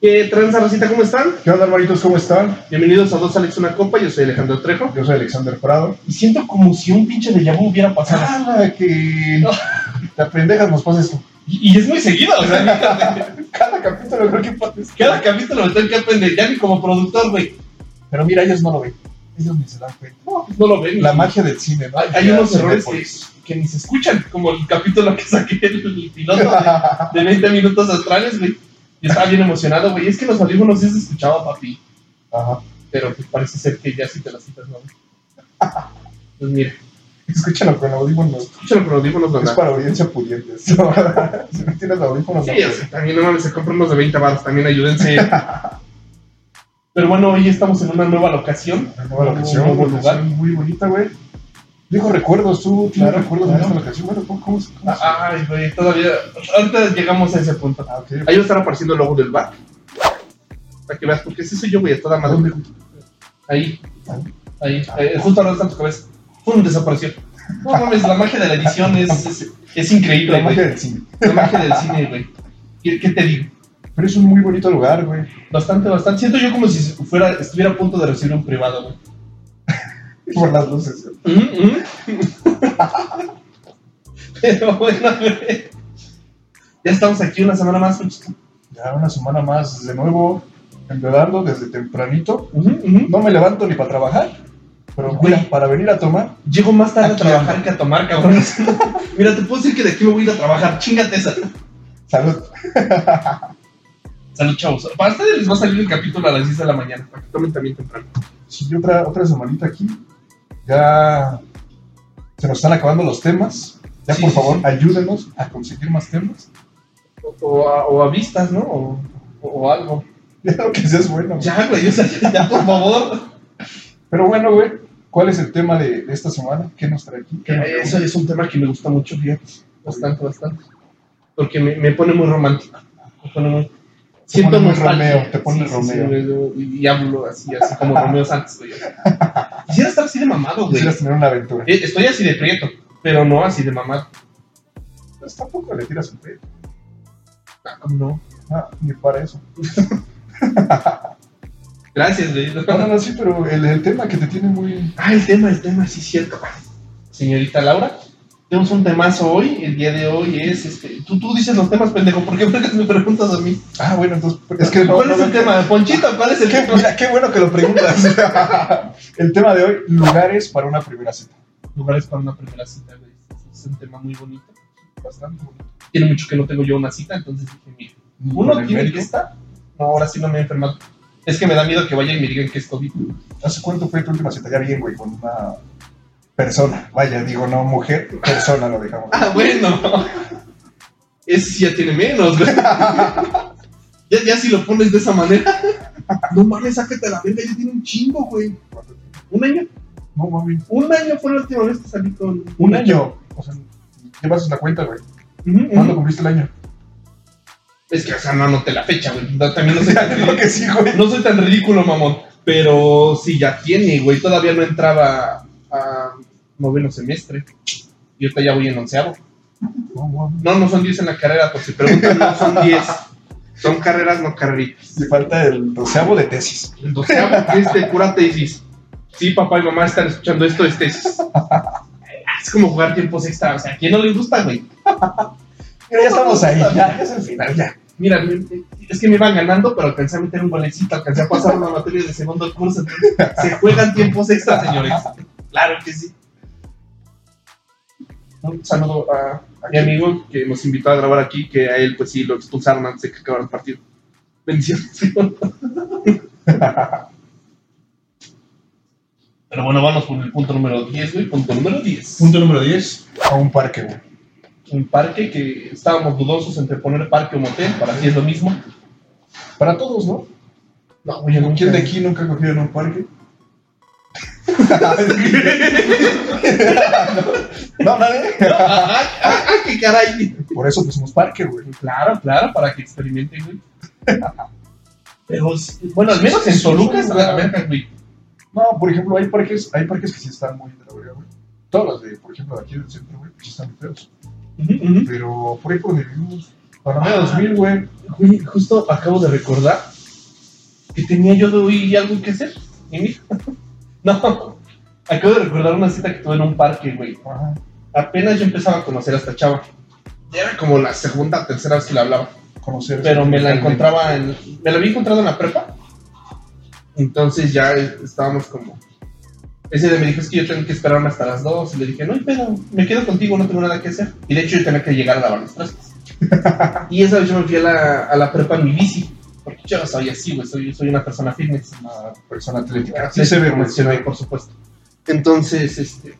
¿Qué tranza, Rosita? ¿Cómo están? ¿Qué onda, hermanitos? ¿Cómo están? Bienvenidos a Dos Alex Una Copa, yo soy Alejandro Trejo. Yo soy Alexander Prado. Y siento como si un pinche de vu hubiera pasado. Cada que la pendeja nos pasa esto. Y, y es muy seguido, o sea, neta, Cada capítulo creo que pasa esto. cada capítulo me tengo que aprender ya ni como productor, güey. Pero mira, ellos no lo ven. Ellos ni se dan cuenta. No, pues no lo ven. La magia del cine, ¿no? Hay, hay Ya unos se errores que, reporta. que ni se escuchan, como el capítulo que saqué el piloto de, de 20 minutos astrales, güey. Y estaba bien emocionado, güey. Es que los audífonos sí se escuchaba, papi. Ajá. Pero pues parece ser que ya sí te las quitas, ¿no? güey? Pues mira, Escúchalo con audífonos. Escúchalo por audífonos, Es ¿verdad? para audiencia pudiente. si no tienes audífonos, Sí, no puedes. o sea, También, no mames, se compran unos de 20 baros, también ayúdense. Pero bueno, hoy estamos en una nueva locación. Una nueva locación, Un nuevo una lugar. locación muy bonita, güey. Dijo recuerdos, tú tienes Claro, recuerdos claro. Ah, de esta locación. Bueno, ¿cómo, cómo se cómo se- Ay, güey, todavía. pues, Ahorita llegamos a ese punto. Ah, ok. Ahí va a estar apareciendo el logo del bar. Para que veas, porque ese soy yo, güey, a toda ¿A madre. dónde? Ahí. Ahí. eh, justo ahora está en tu cabeza. ¡Pum! Desapareció. No mames, la magia de la edición es, es, es increíble, La güey. magia del cine. La magia del cine, güey. ¿Qué, qué te digo? Pero es un muy bonito lugar, güey. Bastante, bastante. Siento yo como si fuera, estuviera a punto de recibir un privado, güey. Por las luces. güey. Mm, mm. Pero bueno, güey. Ya estamos aquí una semana más, muchachos. Ya una semana más de nuevo, empeorando desde tempranito. Ujú, ujú. No me levanto ni para trabajar, pero Güey. mira, para venir a tomar. Llego más tarde Aquí a trabajar que a tomar, cabrón. Mira, te puedo decir que de aquí me voy a ir a trabajar. Chingate esa. Salud. Salud, chavos. Para ustedes les va a salir el capítulo a las 10 de la mañana. Para que tomen también temprano. Sí, y otra, otra semanita aquí. Ya se nos están acabando los temas. Ya, Sí, por sí, favor, sí. ayúdenos a conseguir más temas. O, o a, o a vistas, ¿no? O, o- o algo. Ya lo que seas bueno. güey. Ya, güey, o sea, ya, por favor. Pero bueno, güey, ¿cuál es el tema de, de esta semana? ¿Qué nos trae aquí? ¿Qué nos Eh, Eso es un tema que me gusta mucho, fíjate. Bastante, bastante. Porque me, me pone muy romántico. Me pone muy... pone muy nostalgia. Romeo, te pone Romeo. me- yo- y hablo así, así como Romeo Santos, güey. Quisiera estar así de mamado, güey. Quisieras tener una aventura. Eh, Estoy así de prieto, pero no así de mamado. Pues tampoco le tiras un pedo. Ah, ¿cómo no? Ah, ni para eso. Gracias, güey. No, no, no, sí, pero el, el tema que te tiene muy. Ah, el tema, el tema, sí, cierto. Señorita Laura, tenemos un temazo hoy. El día de hoy es este. Tú, tú dices los temas, pendejo. ¿Por qué vergas me preguntas a mí? Ah, bueno, entonces. Es que no- ¿Cuál no es el me- tema? Ponchito, ¿cuál es el Qué, tema? mira, qué bueno que lo preguntas. el tema de hoy, lugares para una primera cita. Lugares para una primera cita, güey. Es un tema muy bonito, bastante bonito. Tiene mucho que no tengo yo una cita, entonces dije, mira, uno Con Mm, el tiene que médico. estar. No, ahora sí no me he enfermado. Es que me da miedo que vaya y me digan que es COVID. ¿Hace cuánto fue tu última cita? Ya bien, güey, con una persona. Vaya, digo, no mujer, persona lo dejamos. Ah, bueno. Ese sí ya tiene menos, güey. ya, ya si lo pones de esa manera. No mames, sácate a la verga, ya tiene un chingo, güey. Un año. No, mami. Un año fue la última vez que salí con. Un año. O sea, llevas una cuenta, güey. Ujú, ujú. ¿Cuándo cumpliste el año? Ah, Es que, o sea, no anoté la fecha, güey. No, también no soy tan Creo ridículo. que sí, güey. No soy tan ridículo, mamón. Pero sí ya tiene, güey. Todavía no entraba a noveno semestre. Y ahorita ya voy en onceavo. No, mami. No, no son 10 en la carrera, por si preguntan, no son 10. Son carreras, no carreritas. Le falta el doceavo de tesis. El doceavo que es de pura tesis. Sí, papá y mamá están escuchando esto, este, es tesis. Es como jugar tiempos extra. O sea, ¿a quién no le gusta, güey? Mira, ya estamos ahí, ya, ya es el final, ya. Mira, me- me- es que me iban ganando, pero alcancé a meter un golecito, alcancé a pasar una materia de segundo curso. Entonces, se juegan tiempos extra, señores. Claro que sí. Un saludo a, a mi amigo que nos invitó a grabar aquí, que a él, pues sí, lo expulsaron antes de que acabara el partido. Bendiciones. Pero bueno, vamos por el punto número 10, güey. Punto número 10. número 10. A un parque, güey. Un parque que estábamos dudosos entre poner parque o motel, para ti es lo mismo. Para todos, ¿no? No, Oye, nunca. ¿quién de aquí nunca ha cogido en un parque? no, nadie. ah, ah, ah, qué caray. Por eso pusimos parque, güey. Claro, claro, para que experimenten, güey. Pero, sí, bueno, al menos en Toluca es a la verga, güey. No, por ejemplo, hay parques, hay parques que sí están muy de la verga, güey. Todos los de, por ejemplo, de aquí del centro, güey, sí están muy feos. Pero por ahí por donde vivimos, Panamá Ah. 2000, güey. Güey, justo acabo de recordar que tenía yo de hoy algo que hacer. Y mira, no, acabo de recordar una cita que tuve en un parque, güey. Ajá. Apenas yo empezaba a conocer a esta chava. Ya era como la segunda, tercera vez que la hablaba. Conocer. Pero me la encontraba en. Me la había encontrado en la prepa. Entonces ya estábamos como. Ese día me dijo, es que yo tengo que esperarme hasta las 2. Y le dije, no, pero me quedo contigo, no tengo nada que hacer. Y de hecho yo tenía que llegar a lavar los trastes. y esa vez yo me fui a la, a la prepa en mi bici. Porque yo soy así, güey, soy, soy una persona firme. Una persona atlética. Sí, Sí, se ve, güey. profesional, por supuesto. Entonces, este,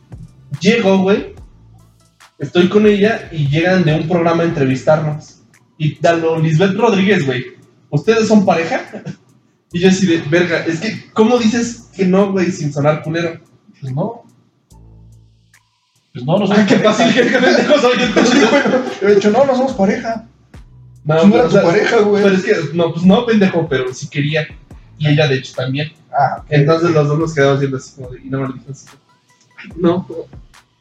llego, güey, estoy con ella y llegan de un programa a entrevistarnos. Y dalo, Lisbeth Rodríguez, güey, ¿ustedes son pareja? Y yo así de, verga, es que, ¿cómo dices que no, güey, sin sonar culero? Pues no. Pues no, no somos Ah, qué fácil, qué pendejo soy Sí, entonces. bueno, de hecho, no, no somos pareja. No, Pues no pero, era o tu sea, pareja, güey. pero es que, no, pues no, pendejo, pero sí quería. Y ella, de hecho, también. Ah, Entonces los dos nos quedamos viendo así como de, y no me lo dijo así. como, "Ay, No.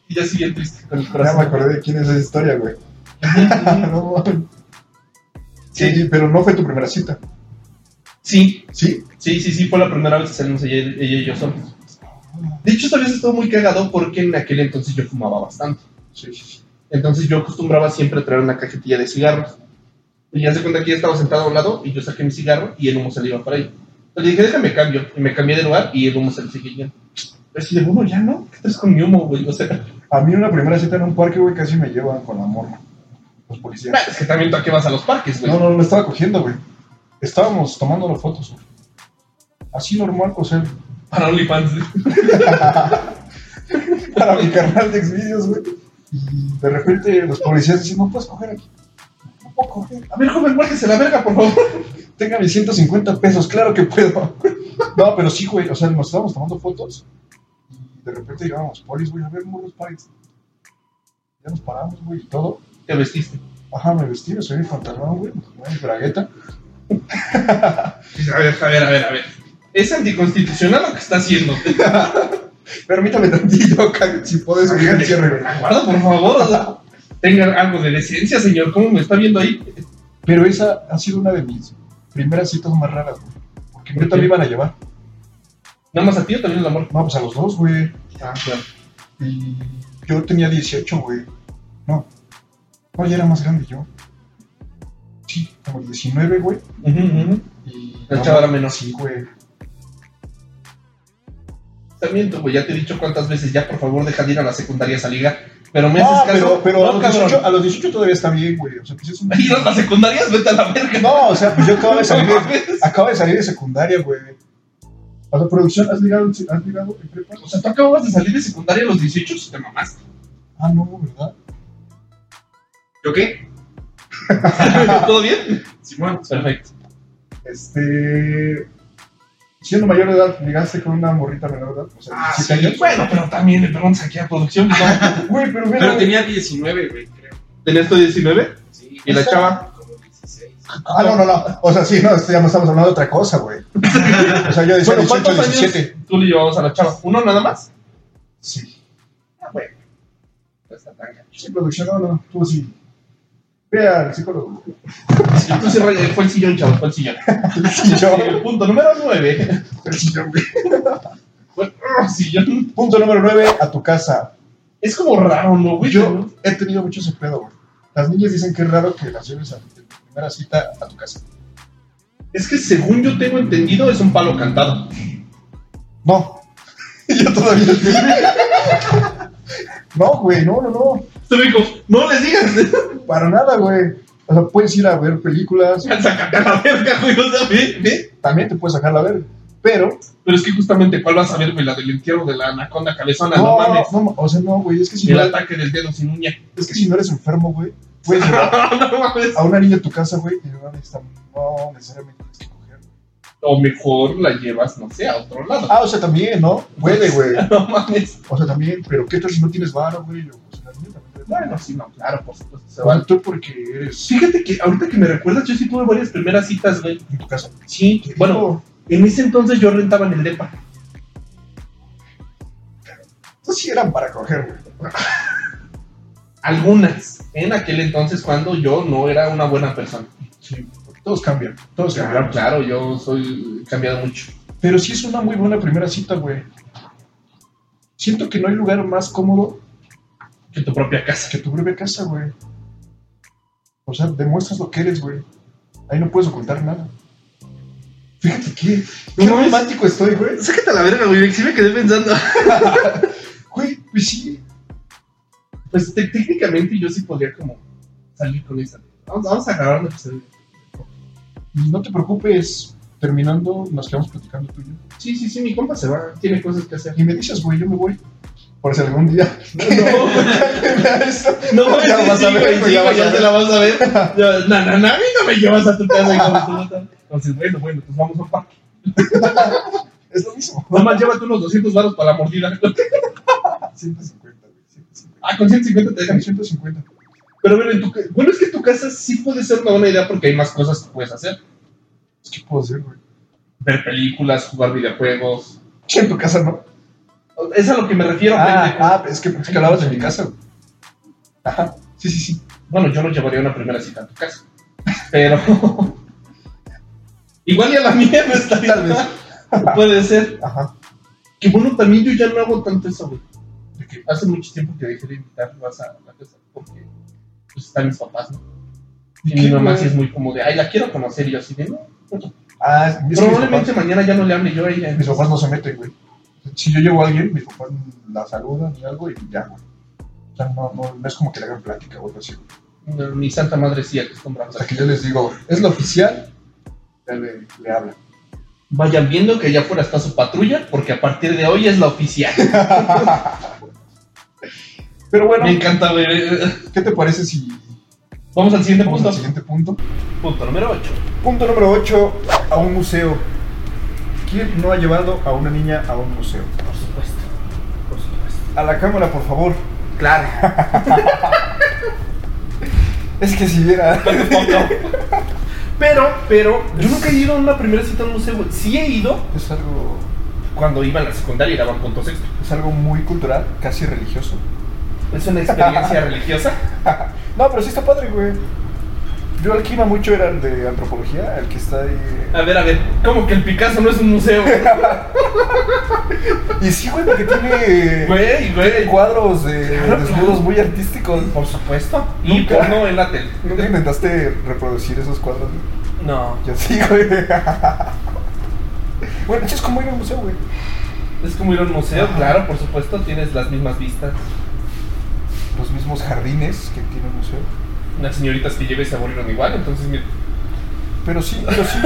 Y ya bien triste con el ya corazón. me acordé de quién es esa historia, güey. Ah, No, mames. sí, Sí, pero no fue tu primera cita. sí, ¿Sí? sí, sí, sí, fue la primera vez que salimos ella, ella y yo solos. De hecho, esta vez estuvo muy cagado porque en aquel entonces yo fumaba bastante. Sí, sí, sí. Entonces yo acostumbraba siempre a traer una cajetilla de cigarros. Y ya se cuenta que ella estaba sentada a un lado y yo saqué mi cigarro y el humo se le iba para ella. Entonces le dije, déjame cambio. Y me cambié de lugar y el humo se le seguía yendo. Pero si de humo ya no, ¿qué traes con mi humo, güey? O sea, A mí una primera cita en un parque, güey, casi me llevan con la morra. Los policías. es que también tú a qué vas a los parques, güey. No, no, no estaba cogiendo, güey. Estábamos tomando las fotos, güey. Así normal, pues, o sea, Para OnlyFans. ¿eh? para mi canal de Xvideos, güey. Y de repente los policías dicen, no puedes coger aquí. No puedo coger. A ver, joven, bájese la verga, por favor. Tenga mis 150 pesos, claro que puedo. No, pero sí, güey, o sea, nos estábamos tomando fotos y de repente llegábamos polis, güey, a ver, morros, pares. Ya nos paramos, güey, y todo. Te vestiste. Ajá, me vestí, me subí mi pantalón, güey, me tomé mi bragueta. Dice, A ver, a ver, a ver, a ver. ¿Es anticonstitucional lo que está haciendo? Permítame tantito, ca- si puedes, güey, cierre, güey. Guarda, por favor. o sea, Tenga algo de decencia, señor. ¿Cómo me está viendo ahí? Pero esa ha sido una de mis primeras citas más raras, güey. Porque neta me iban a llevar. Nada más a ti o también el amor. No, pues a los dos, güey. Ah, claro. Y yo tenía 18, güey. No. No, ya era más grande yo. Sí, como 19, güey. Ujú, ujú. Y. La no, chava era menor. Sí, güey. También tú, güey. Ya te he dicho cuántas veces ya, por favor, deja de ir a la secundaria a liga. Pero me haces Ah, caso. pero, pero no, a, los cabrón. 18, a los 18 todavía está bien, güey. O sea, pues es un. Ir a las secundarias, vete a la verga. No, o sea, pues yo acabo de salir No de, mames. acabo de, salir de secundaria, güey. A la producción, ¿has ligado, has ligado en prepa? O sea, tú acababas de salir de secundaria a los 18, si te mamaste. Ah, no, ¿verdad? ¿Yo qué? ¿Todo bien? Simón. Perfecto. Este. Siendo mayor de edad, ligaste con una morrita menor de edad. O sea, 17 Ah, años. Bueno, pero también le preguntas aquí a producción. ¿no? Güey, pero mira. Pero güey. tenía 19, güey, creo. ¿Tenías tú 19? Sí. ¿Y la chava? Como 16. Ah, no, no, no. O sea, sí, no, esto ya no estamos hablando de otra cosa, güey. O sea, yo decía Bueno, 18, ¿cuántos años 17. tú le llevabas a la chava? ¿Uno nada más? Sí. Ah, No está tan gacho. Sí, producción, no, no. Tú sí. Ve al psicólogo. güey. Sí, tú sí, Ray, fue el sillón, chavo, fue el sillón. Sí, yo. El punto número 9. Sí, yo, güey. sillón. Punto número 9, a tu casa. Es como raro, ¿no, güey? Yo he tenido mucho ese pedo, güey. Las niñas dicen que es raro que las lleves a tu primera cita a tu casa. Es que según yo tengo entendido, es un palo cantado. No. yo todavía. no, güey, no, no, no. Te digo, no les digas. Para nada, güey. O sea, puedes ir a ver películas, Sácate a la verga, güey. O sea, ve, ve. también te puedes sacar la verga. Pero, Pero es que justamente, ¿cuál vas a ver, güey? La del entierro de la anaconda cabezona, no, no, mames. no, no, o sea, no, güey, es que si El no, ataque del dedo sin uña. es que si no eres enfermo, güey, puedes llevar no mames. a una niña a tu casa, güey, y no necesitas, no necesariamente tienes que coger. O mejor la llevas, no sé, a otro lado. Ah, o sea, también, ¿no? Puede, güey. No mames. O sea, también, pero ¿qué tal si no tienes varo, güey? pues, O sea, la niña también tiene varo. Bueno, sí, no, claro, por supuesto, se O sea, vale. tú porque eres Fíjate que ahorita que me recuerdas, yo sí tuve varias primeras citas, güey. en tu casa. Sí, bueno, en ese entonces yo rentaba en el DEPA. Estos sí eran para coger, güey. Algunas. En aquel entonces, cuando yo no era una buena persona. Sí, ok. Todos cambian, todos Claro, cambian. claro, yo soy he cambiado mucho. Pero sí es una muy buena primera cita, güey. Siento que no hay lugar más cómodo Que tu propia casa. que tu propia casa, güey. O sea, demuestras lo que eres, güey. Ahí no puedes ocultar nada. Fíjate que. Qué No mames. romántico estoy, güey. Sácate a la verga, güey. Sí me quedé pensando. Güey, pues sí. Pues te- técnicamente yo sí podría como salir con esa. Vamos, vamos a grabar un episodio. No te preocupes. Terminando, nos quedamos platicando tú y yo. Sí, sí, sí, mi compa se va. Tiene cosas que hacer. Y me dices, güey, yo me voy. Por si algún día. No, no, no, Ya sí, vas a sí, ver, güey, güey, sí, ya güey, ya vas a te ver. la vas a ver. Yo, na, na, na, a mí no me llevas a tu casa. hijo de puta. Entonces, bueno, bueno, pues vamos a un parque. es lo mismo. Nada más llévate unos 200 baros para la mordida. 150, ah, güey. 150. Ah, con 150 te dejan. 150. Pero bueno, en tu, ca- bueno, es que tu casa sí puede ser una buena idea porque hay más cosas que puedes hacer. Es que pues, puedo hacer, güey. Ver películas, jugar videojuegos. Sí, en tu casa no. Es a lo que me refiero. pendejo. Ah, ah, es que pensé que hablabas de mi casa, güey. Ajá. Sí, sí, sí. Bueno, yo no llevaría una primera cita a tu casa. Pero. Igual y a la mía no estaría. Tal vez. Puede ser. Ajá. Que bueno, también yo ya no hago tanto eso, güey. ¿De qué? Hace mucho tiempo que dejé de invitarlas a la casa porque pues, están mis papás, ¿no? Y mi mamá sí es muy como de, ay, la quiero conocer. Y yo así de, no. Ah, es que mis Probablemente mañana ya no le hable yo a ella. papás- mis papás no se meten, güey. Si yo llevo a alguien, mis papás la saludan y algo y ya, güey. O sea, no, no, no es como que le hagan plática o algo así. güey. No, Mi santa madre sí acostumbra. Hasta que yo les digo, es lo oficial, ya le, le hablan. Vayan viendo que allá afuera está su patrulla, porque a partir de hoy es la oficial. Pero bueno, Me encanta ver. eh, ¿qué te parece si Vamos al siguiente vamos punto. al siguiente punto? Punto número 8. Punto número 8, a un museo. ¿Quién no ha llevado a una niña a un museo? Por supuesto. Por supuesto. A la cámara, por favor. Claro. Es que si viera... Pero, pero, yo nunca he ido a una primera cita a un museo. güey. Sí he ido Es algo, Cuando iba a la secundaria y daban puntos extra. es algo muy cultural, casi religioso. Es una experiencia religiosa. No, pero sí está padre, güey. Yo al que iba mucho era el de antropología, el que está ahí. A ver, a ver, como que el Picasso no es un museo. Y sí, güey, porque tiene Güey, güey. cuadros de desnudos muy artísticos. Por supuesto. Y Nunca. porno en la tele. ¿Nunca intentaste reproducir esos cuadros? güey? No. Yo sí, güey. Bueno, es como ir a un museo, güey. Es como ir a un museo, Ajá. claro, por supuesto. Tienes las mismas vistas. Los mismos jardines que tiene un museo. Las señoritas que lleves se aburrieron igual, entonces mira. Pero sí, pero sí,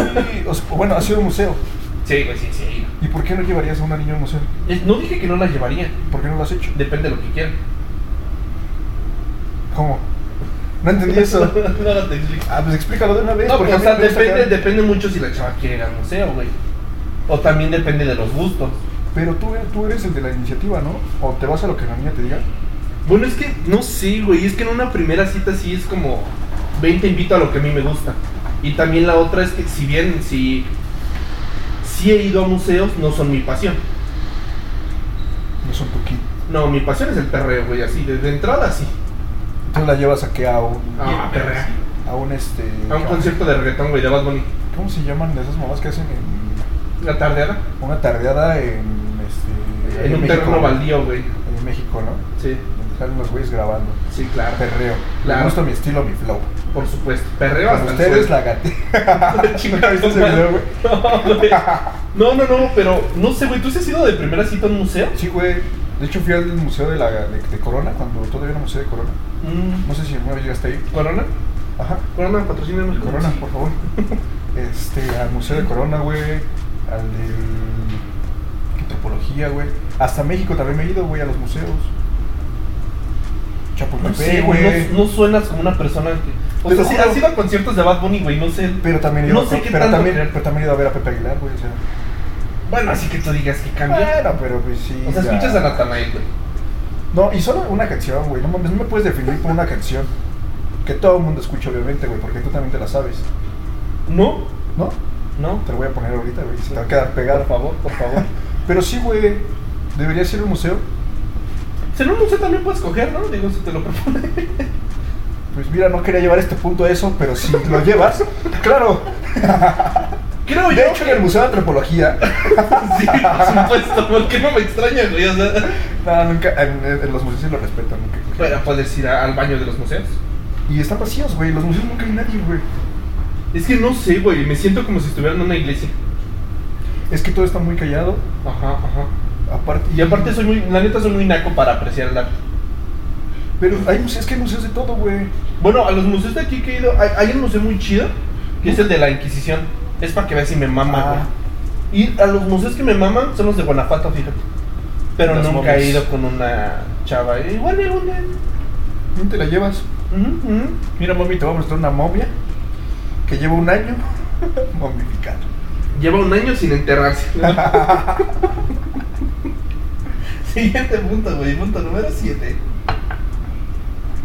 o sea, bueno, ha sido un museo. Sí, güey, sí, sí. ¿Y por qué no llevarías a una niña a un museo? Es- No dije que no la llevaría. ¿Por qué no lo has hecho? Depende de lo que quieran. ¿Cómo? No entendí eso. no lo entendí. Ah, pues explícalo de una vez. No, porque pues, o a sea, mí me gusta depende, quedar- depende mucho si la chava quiere ir al museo, güey. O también depende de los gustos. Pero tú, tú eres el de la iniciativa, ¿no? O te vas a lo que la niña te diga. Bueno, es que no sé, güey. Es que en una primera cita sí es como, ven, te invito a lo que a mí me gusta. Y también la otra es que, si bien, si, si he ido a museos, no son mi pasión. No son tu kit. No, mi pasión es el perreo, güey, así, desde entrada sí. Entonces la llevas a qué? A un, Ah, perrea. a un este. A un concierto de reggaetón, güey, de Bad Bunny. ¿Cómo se llaman esas mamás que hacen en La tardeada. una tardeada en este. ahí En un México, terreno baldío, güey. ahí En México, ¿no? Sí, Donde salen los güeyes grabando. sí, claro. Perreo. Claro. Me gusta mi estilo, mi flow. Por supuesto. Perreo Con hasta el ustedes suelo. la gatita. Chinga, ¿Viste ese video, güey? No, güey. No, no, no, pero no sé, güey, ¿tú sí has ido de primera cita a un museo? Sí, güey. De hecho, fui al museo de, la, de, de Corona, cuando todavía era museo de Corona. Mm, No sé si alguna vez llegaste ahí. ¿Corona? Ajá. Corona, patrocínanos. Corona, por favor. Este, al Museo de Corona, güey. Al de antropología, güey. Hasta México también me he ido, güey, a los museos. No Chapultepec, sé, güey. güey, no, no suenas como una persona que... O Te lo sea, sí, juro. has ido a conciertos de Bad Bunny, güey, no sé. Pero también he ido No a- sé qué pero tanto también, creer. pero también he ido a ver a Pepe Aguilar, güey. O sea, Bueno, así que tú digas que cambia. bueno, pero pues sí. O sea, ya. escuchas a Natanael, güey. No, y solo una canción, güey. No mames, no me puedes definir por una canción. Que todo el mundo escucha, obviamente, güey, porque tú también te la sabes. ¿No? ¿No? ¿No? Te lo voy a poner ahorita, güey. Se te va a quedar pegado. Por favor, por favor. Pero sí, güey. Deberías ir al museo. Si en un museo también puedes coger, ¿no? Digo, si te lo propones. Pues mira, no quería llevar este punto a eso, pero si lo llevas, claro. Creo yo. De hecho, en el Museo de Antropología, Sí, por supuesto, porque no me extraña, güey. O sea, no, nunca, en, en los museos sí lo respetan, nunca. bueno, puedes ir a- al baño de los museos. Y están vacíos, güey, en los museos nunca hay nadie, güey. Es que no sé, güey, me siento como si estuviera en una iglesia. Es que todo está muy callado, Ajá, ajá. aparte. Y aparte soy muy, la neta soy muy naco para apreciar el arte. Pero hay museos, que hay museos de todo, güey. Bueno, a los museos de aquí que he ido, hay, hay un museo muy chido, que es el de la Inquisición. Es para que veas si me mama, güey. Ah. Y a los museos que me maman son los de Guanajuato, fíjate. Pero Las nunca momias. he ido con una chava. Igual y algún día. ¿Quién te la llevas? Ujú, ujú. Mira, mami, te voy a mostrar una momia que lleva un año momificada. Lleva un año sin enterrarse. Siguiente punto, güey. Punto número 7.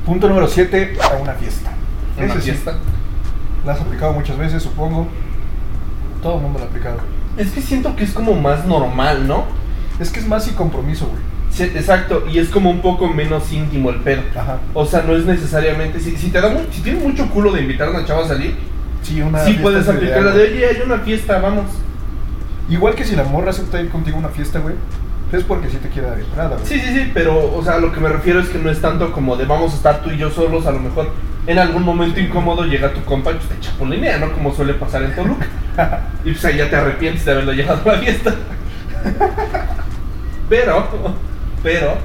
Punto número 7, a una fiesta. Una Ese sí, fiesta. la has aplicado muchas veces, supongo. Todo el mundo la ha aplicado. Es que siento que es como más normal, ¿no? Es que es más sin compromiso, güey. Sí, exacto. Y es como un poco menos íntimo el pedo. Ajá. O sea, no es necesariamente. Si, si te da mu- si tienes mucho culo de invitar a una chava a salir, Sí, una sí fiesta puedes es lo aplicar la ideal, de, güey. oye, hay una fiesta, vamos. Igual que si la morra acepta ir contigo a una fiesta, güey, es porque sí te quiere dar entrada, güey. Sí, sí, sí, pero, o sea, lo que me refiero es que no es tanto como de vamos a estar tú y yo solos, a lo mejor en algún momento incómodo llega tu compa y pues, te chapulinea, ¿no? Como suele pasar en Toluca. y pues ahí ya te arrepientes de haberlo llevado a la fiesta. pero, pero,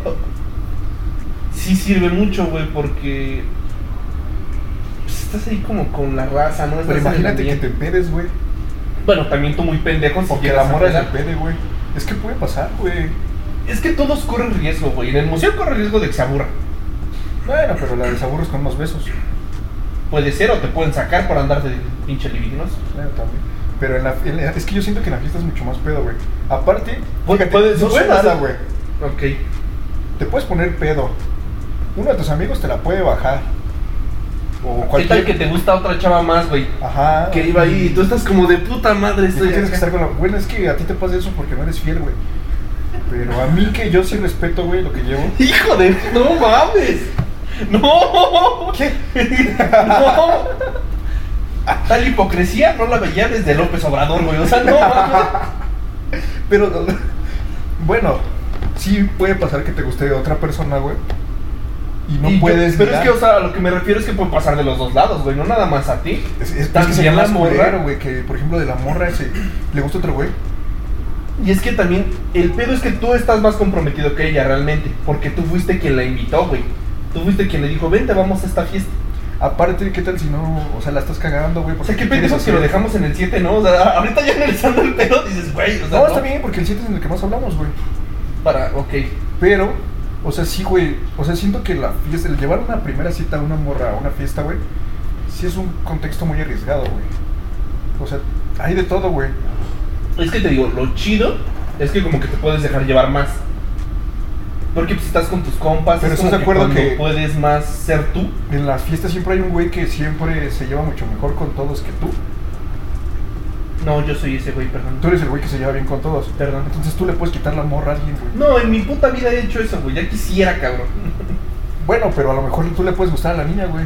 sí sirve mucho, güey, porque pues, estás ahí como con la raza, ¿no? Estás en Pero el imagínate que ambiente. te empedes, güey. Bueno, también tú muy pendejo. si O que llegas la a morra se pelar. empede, güey. Es que puede pasar, güey. Es que todos corren riesgo, güey. En el museo corre riesgo de que se aburra. Bueno, pero la desaburres con unos besos. Puede ser o te pueden sacar por andar de pinche libidinos. Claro, también. Pero en la, en la- es que yo siento que en la fiesta es mucho más pedo, güey. Aparte, Pu- puedes- no sé puedes- nada, güey. Ok. Te puedes poner pedo. Uno de tus amigos te la puede bajar. O ¿Qué tal cualquier. que te gusta otra chava más, güey? Ajá. Que iba ahí este, y tú estás como de puta madre. Y tú Estoy tienes que acá. estar con la. Bueno, es que a ti te pasa eso porque no eres fiel, güey. Pero a mí que yo sí respeto, güey, lo que llevo. Hijo de. No mames. No. ¿Qué? No. Tal hipocresía no la veía desde López Obrador, güey. O sea, no mames. Pero. Bueno, sí puede pasar que te guste otra persona, güey. Y no Y yo- puedes. pero es mirar. que, o sea, a lo que me refiero es que puede pasar de los dos lados, güey. No nada más a ti. Es, es, es que También sería la más morra. culero, güey, que por ejemplo de la morra ese, le gusta otro güey. Y es que también el pedo es que tú estás más comprometido que ella realmente, porque tú fuiste quien la invitó, güey. Tú fuiste quien le dijo, vente, vamos a esta fiesta. Aparte, ¿qué tal si no? O sea, la estás cagando, güey. O porque sea, qué quieres pendejo que hacer- lo dejamos en el 7, ¿no? O sea, ahorita ya analizando el pedo dices, güey, o sea, No, está bien, porque el 7 es en el que más hablamos, güey. Para, ok. Pero, o sea, sí, güey. O sea, siento que la fiesta, el llevar una primera cita a una morra a una fiesta, güey, sí es un contexto muy arriesgado, güey. O sea, hay de todo, güey. Es que te digo, lo chido es que como que te puedes dejar llevar más. Porque pues estás con tus compas, Pero es estás como de acuerdo cuando que- puedes más ser tú. En las fiestas siempre hay un güey que siempre se lleva mucho mejor con todos que tú. No, yo soy ese güey, perdón. Tú eres el güey que se lleva bien con todos. Perdón. Entonces tú le puedes quitar la morra a alguien, güey. No, en mi puta vida he hecho eso, güey. Ya quisiera, cabrón. Bueno, pero a lo mejor tú le puedes gustar a la niña, güey.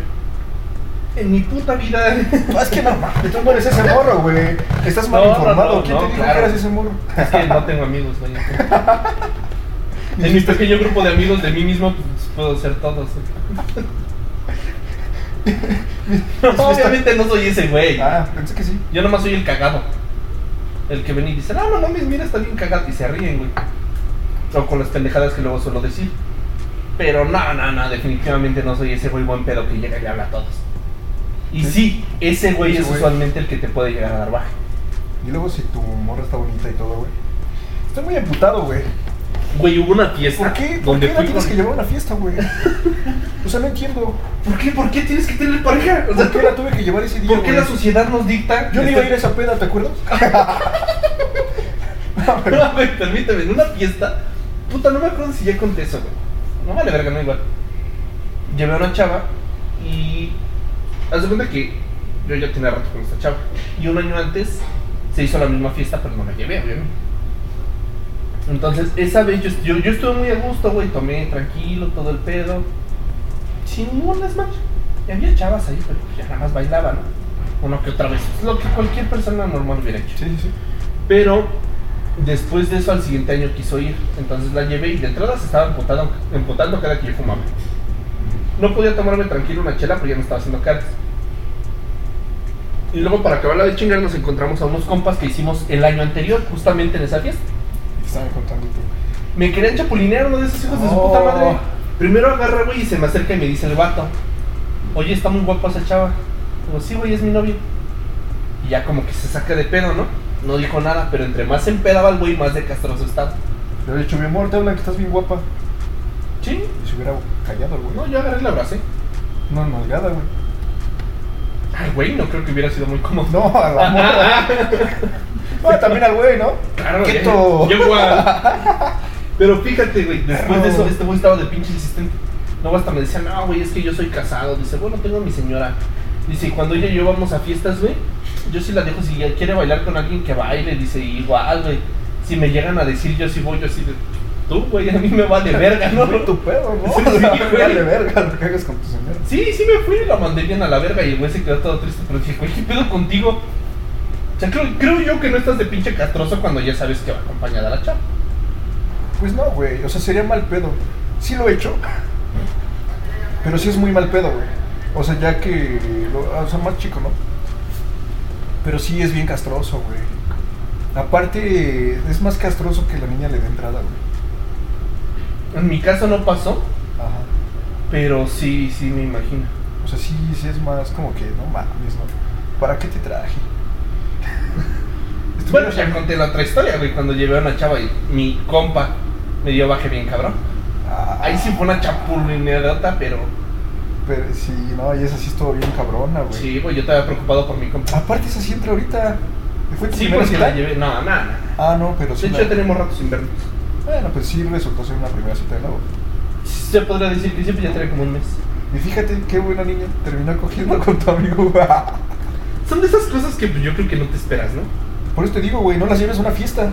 En mi puta vida. Pues, Es que no, mames, tú no eres ese morro, güey. Estás mal No, no, informado. no, ¿Quién no, te dijo claro. que eras ese morro? Es que no tengo amigos, güey. En mi pequeño grupo de amigos de mí mismo pues, puedo ser todos. No, obviamente no soy ese güey. Ah, pensé que sí. Yo nomás soy el cagado. El que ven y dice, no, no mames, mira, está bien cagado. Y se ríen, güey. O con las pendejadas que luego suelo decir. Pero no, no, no, definitivamente no soy ese güey buen pedo que llega y le habla a todos. Y sí, ese güey Ese es güey. usualmente el que te puede llegar a dar baja. Y luego si tu morra está bonita y todo, güey. Estoy muy amputado, güey. Güey, hubo una fiesta. ¿Por qué? ¿Por Donde qué la fui tienes con- que llevar a una fiesta, güey? O sea, no entiendo. ¿Por qué? ¿Por qué tienes que tener pareja? O sea, ¿Por qué la tuve que llevar ese día, ¿Por qué güey? la sociedad nos dicta? este Yo no le iba a ir a esa peda, ¿te acuerdas? No, pero- Permíteme, en una fiesta. Puta, no me acuerdo si ya conté eso, güey. No vale verga, no igual. Llevé a una chava y. Haz de cuenta que yo ya tenía rato con esta chava. Y un año antes se hizo la misma fiesta, pero no la llevé, obviamente. Entonces, esa vez yo, yo, yo estuve muy a gusto, güey. Tomé tranquilo todo el pedo. Sin ningún desmayo. Y había chavas ahí, pero pues ya nada más bailaban, ¿no? Uno que otra vez. Es lo que cualquier persona normal hubiera hecho. Sí, sí, sí. Pero después de eso, al siguiente año quiso ir. Entonces la llevé y de entrada se estaba empotando, empotando cada que yo fumaba. No podía tomarme tranquilo una chela porque ya me estaba haciendo caras. Y luego, para acabarla de chingar, nos encontramos a unos compas que hicimos el año anterior, justamente en esa fiesta. Estaba contando tú. Me querían chapulinear uno de esos hijos de su Oh. puta madre. Primero agarra, güey, y se me acerca y me dice el vato. Oye, está muy guapa esa chava. Digo, sí, güey, es mi novio. Y ya como que se saca de pedo, ¿no? No dijo nada, pero entre más se empedaba el güey, más de castroso estaba. Le había dicho, mi amor, te hablan que estás bien guapa. Sí, Y se hubiera callado el no, güey. yo agarré y la abracé. Una nalgada, güey. Ay, güey, no creo que hubiera sido muy cómodo. No, a la morra. Ah, también al güey, ¿no? Claro, Quieto. eh, yo igual. Pero fíjate, güey, después de eso, este güey estaba de pinche insistente. No basta, me decía, no, güey, es que yo soy casado. Dice, bueno, tengo a mi señora. Dice, y cuando ella y yo vamos a fiestas, güey, yo sí la dejo. Si ella quiere bailar con alguien que baile, dice, igual, güey. Si me llegan a decir, yo sí voy, yo sí. de- Tú, güey, a mí me vale verga, ¿no? Fue tu pedo, ¿no? Sí, O sea, sí, güey. Dale verga lo que hagas con tu señora. Sí, sí me fui, la mandé bien a la verga y el güey se quedó todo triste, pero dije, güey, ¿qué pedo contigo? O sea, creo, creo yo que no estás de pinche castroso cuando ya sabes que va acompañada la chava. Pues no, güey. O sea, sería mal pedo. Sí lo he hecho. Pero sí es muy mal pedo, güey. O sea, ya que. lo- ah, o sea, más chico, ¿no? Pero sí es bien castroso, güey. Aparte, es más castroso que la niña le dé entrada, güey. En mi caso no pasó, Ajá. pero sí, sí me imagino. O sea, sí, sí es más como que, no mames, ¿no? ¿Para qué te traje? Bueno, Estuvieras- ya conté la otra historia, güey, cuando llevé a una chava y mi compa me dio baje bien cabrón. Ah, Ahí sí fue una chapulineadota, pero Pero sí, no, y esa sí estuvo bien cabrona, güey. Ah, sí, güey, yo estaba preocupado por mi compa. Aparte, esa sí entra ahorita. ¿Fue tu Sí, primera porque la cita? llevé, no, nada, nada. Ah, no, pero sí. De hecho, la- ya tenemos ratos sin vernos. Bueno, pues sí resultó ser una primera cita de nuevo. Se podría decir que siempre ya tenía como un mes. Y fíjate, qué buena niña. Terminó cogiendo con tu amigo. Son de esas cosas que pues, yo creo que no te esperas, ¿no? Por eso te digo, güey, no las lleves a una fiesta.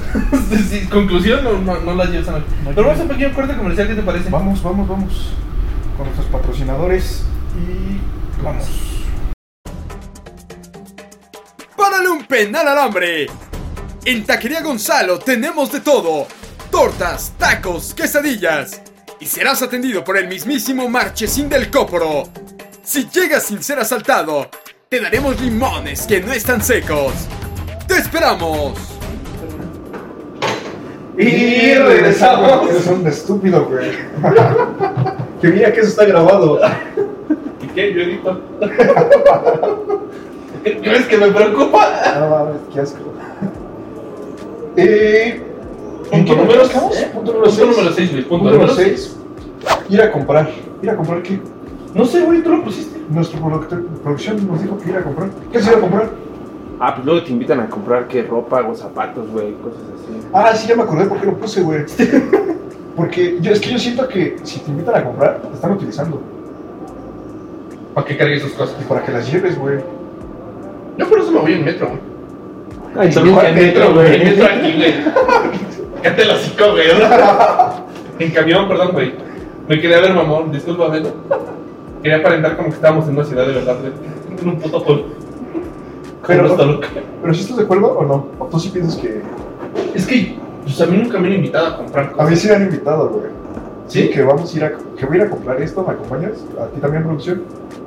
Sí, sí, conclusión, no, no, no las llevas a la... Pero vamos a un pequeño corte comercial, ¿qué te parece? Vamos, vamos, vamos. Con nuestros patrocinadores y vamos. ¡Párale un penal al hambre! En Taquería Gonzalo tenemos de todo: tortas, tacos, quesadillas. Y serás atendido por el mismísimo Marchesín del Cóporo. Si llegas sin ser asaltado, te daremos limones que no están secos. ¡Te esperamos! Y regresamos. Eres un estúpido, güey. que mira que eso está grabado. ¿Y qué? Yo edito. ¿No es que me preocupa? No mames, qué asco. Eh, ¿En qué número estamos? Punto número Punto seis. número 6, güey. Punto Punto número número 6. 6. Ir a comprar. ¿Ir a comprar qué? No sé, güey, tú lo pusiste. Nuestro productor, producción nos dijo que ir a comprar. ¿Qué se iba a comprar? Ah, pues luego te invitan a comprar qué ropa o zapatos, güey, cosas así. Ah, sí, ya me acordé por qué lo puse, güey. Porque yo, es que yo siento que si te invitan a comprar, te están utilizando. Para que cargue sus cosas. Y para que las lleves, güey. Yo por eso me voy en metro, güey. Ay, también que metro, En metro aquí, güey. Cállate el hocico, güey. En camión, perdón, güey. Me quería ver mamón, discúlpame. ¿no? Quería aparentar como que estábamos en una ciudad de verdad, güey. En un puto pueblo. Pero- Pero está loca. Pero si estás de acuerdo o no? ¿O tú sí piensas que.? Es que, pues a mí nunca me han invitado a comprar A cosas. mí sí me han invitado, güey. ¿Sí? Que vamos a ir a. Que voy a ir a comprar esto, ¿me acompañas? ¿A ti también, producción?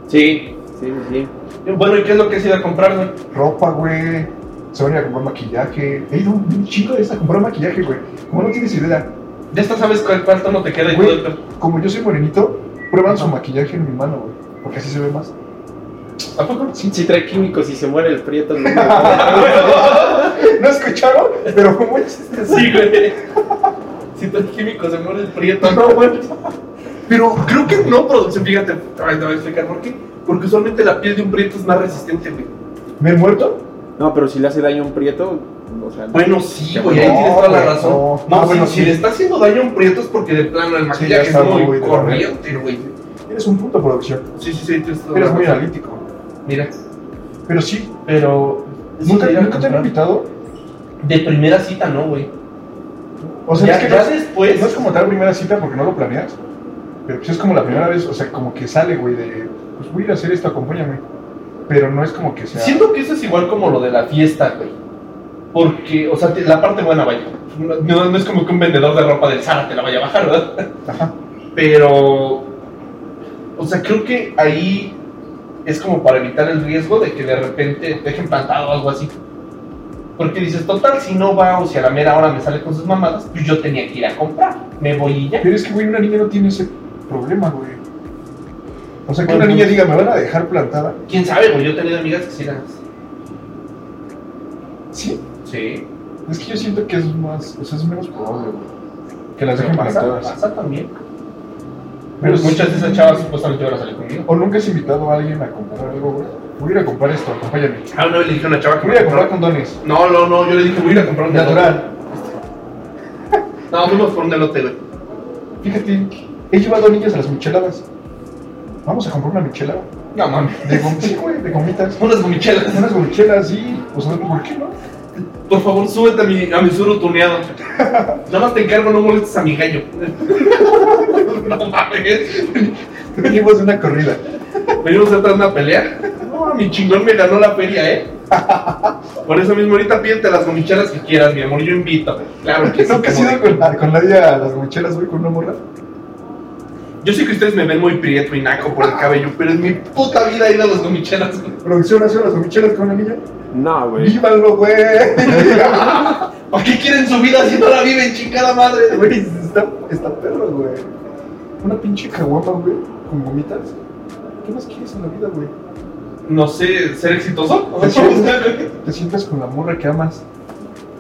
Sí, sí, sí. Bueno, ¿y qué es lo que has ido a comprar, güey? Ropa, güey. Se van a ir a comprar maquillaje. He ido un chingo de veces a comprar maquillaje, güey. Como no tienes idea. De esta sabes cuál, cuál tono te queda y Güey. todo el pedo. Como yo soy morenito, prueban su maquillaje en mi mano, güey. Porque así se ve más. ¿A poco? Si trae químicos y se muere el prieto, no ¿No escucharon? Pero fue muy chistoso. Sí, güey. Si tú eres químico, se muere el prieto, ¿no, güey? Pero creo que no, producción, fíjate. Ay, te voy a explicar por qué. Porque usualmente la piel de un prieto es más resistente, güey. ¿Me he muerto? No, pero si le hace daño a un prieto, o sea, Bueno, sí, güey, ahí No, tienes toda la güey, razón. no. No, Ah, si- bueno, si, sí. le está haciendo daño a un prieto es porque de plano el maquillaje está es muy, muy de la corriente, güey. Eres un punto producción. Sí, sí, sí, tienes toda Eres la muy razón. analítico. Mira, Pero sí, pero... nunca, Sí, nunca te han comprar. invitado. De primera cita, ¿no, güey? O sea, Ya- es que ya no, es- después. no pues es como tal primera cita porque no lo planeas. Pero pues es como la primera vez, o sea, como que sale, güey, de. pues voy a ir a hacer esto, acompáñame. Pero no es como que sea. Siento que eso es igual como lo de la fiesta, güey. Porque, o sea, te- la parte buena, vaya. No, no es como que un vendedor de ropa del Zara te la vaya a bajar, ¿verdad? Ajá. Pero, o sea, creo que ahí es como para evitar el riesgo de que de repente te dejen plantado o algo así. Porque dices, total, si no va o si a la mera hora me sale con sus mamadas, pues yo tenía que ir a comprar. Me voy y ya. Pero es que, güey, una niña no tiene ese problema, güey. O sea, que Bueno, una niña pues- diga, me van a dejar plantada. ¿Quién sabe, güey? Yo he tenido amigas que sí las... Sí. Sí. Es que yo siento que es más, o sea, es menos probable, güey. Pues Que las dejen pasa, plantadas. pasa también. Pues Pero Muchas de esas sí. chavas supuestamente van a salir conmigo. O nunca has invitado a alguien a comprar algo, güey. Voy a ir a comprar esto, acompáñame. Ah, una vez le dije a una chava que Voy a ir a comprar condones. No, no, no, yo le dije, voy a ir a comprar un elote. Natural. No, fuimos por un elote, güey. Fíjate, he llevado niñas a las micheladas. Vamos a comprar una michelada. No mames. De gomitas, sí, güey, de gomitas. Unas gomichelas. Unas gomichelas, sí. O sea, ¿por qué no? Por favor, súbete a mi, a mi suru tuneado. Nada más te encargo, no molestes a mi gallo. no mames. Venimos de una corrida. Venimos atrás de una pelea. No, mi chingón me ganó la feria, ¿eh? Por eso mismo, ahorita pídete las gomichelas que quieras, mi amor. Yo invito. Claro que sí. Nunca has como ido de- con, la- con nadie a las gomichelas, güey, con una morra. Yo sé que ustedes me ven muy prieto y naco por el cabello, pero en mi puta vida he ido a las gomichelas, güey. Producción hace las gomichelas con una niña. No, güey. ¡Vívalo, güey! ¿Para qué quieren su vida si no la viven, chingada madre? güey? Güey, está, está perro, güey. Una pinche caguama, güey, con gomitas. ¿Qué más quieres en la vida, güey? No sé, ¿ser exitoso? Te sientas, te sientas con la morra que amas.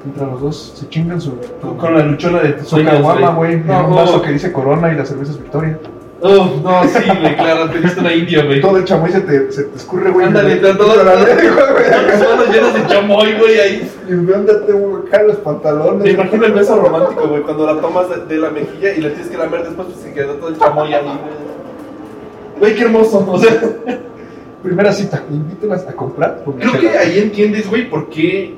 Mientras los dos se chingan su, Con la luchona de tus su caguama, sueños, güey. en No, un vaso oh, que dice Corona y las cervezas Victoria. oh, no, sí, güey, claro, te diste una india, güey. Todo el chamoy se te, se te escurre, güey. Ándale, Y- todo- todo- la verga, güey. Con las manos llenas de chamoy, güey, ahí. Y me andate, güey, acá los pantalones. Me imagino el beso romántico, güey, cuando la tomas de, de la mejilla y la tienes que lamer después, pues se quedó todo el chamoy ahí, güey. Güey, qué hermoso, o sea. Primera cita, invítelas a comprar. Creo que ahí entiendes, güey, por qué,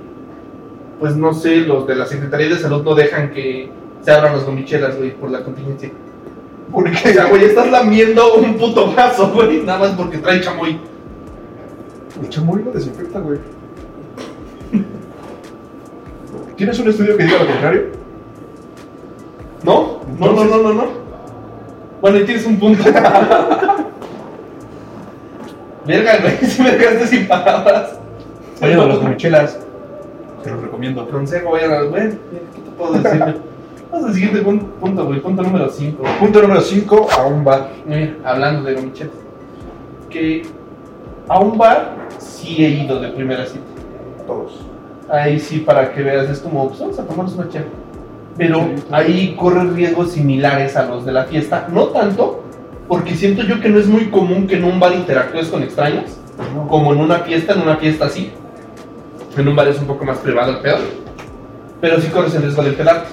pues no sé, los de la Secretaría de Salud no dejan que se abran las gomichelas, güey, por la contingencia. O Porque, sea, güey, estás lamiendo un puto vaso, güey, nada más porque trae chamoy. El chamoy lo desinfecta, güey. ¿Tienes un estudio que diga lo contrario? ¿No? No, no, no, no, no. Bueno, y tienes un punto. Verga, güey, si me dejaste sin palabras. Oye, de las gomichelas. Te los recomiendo. Consejo, vayan al güey. ¿Qué te puedo decir? güey? Vamos al siguiente pun- punto, güey, punto número 5. Punto número 5, a un bar. Mira, Eh, hablando de gomichelas, que a un bar sí he ido de primera cita. Todos. Ahí sí, para que veas, es como, pues vamos a tomarnos una chela. Pero ahí corren riesgos similares a los de la fiesta. No tanto, porque siento yo que no es muy común que en un bar interactúes con extraños, como en una fiesta, en una fiesta sí. En un bar es un poco más privado el pedo. Pero sí corres el riesgo de pelarte.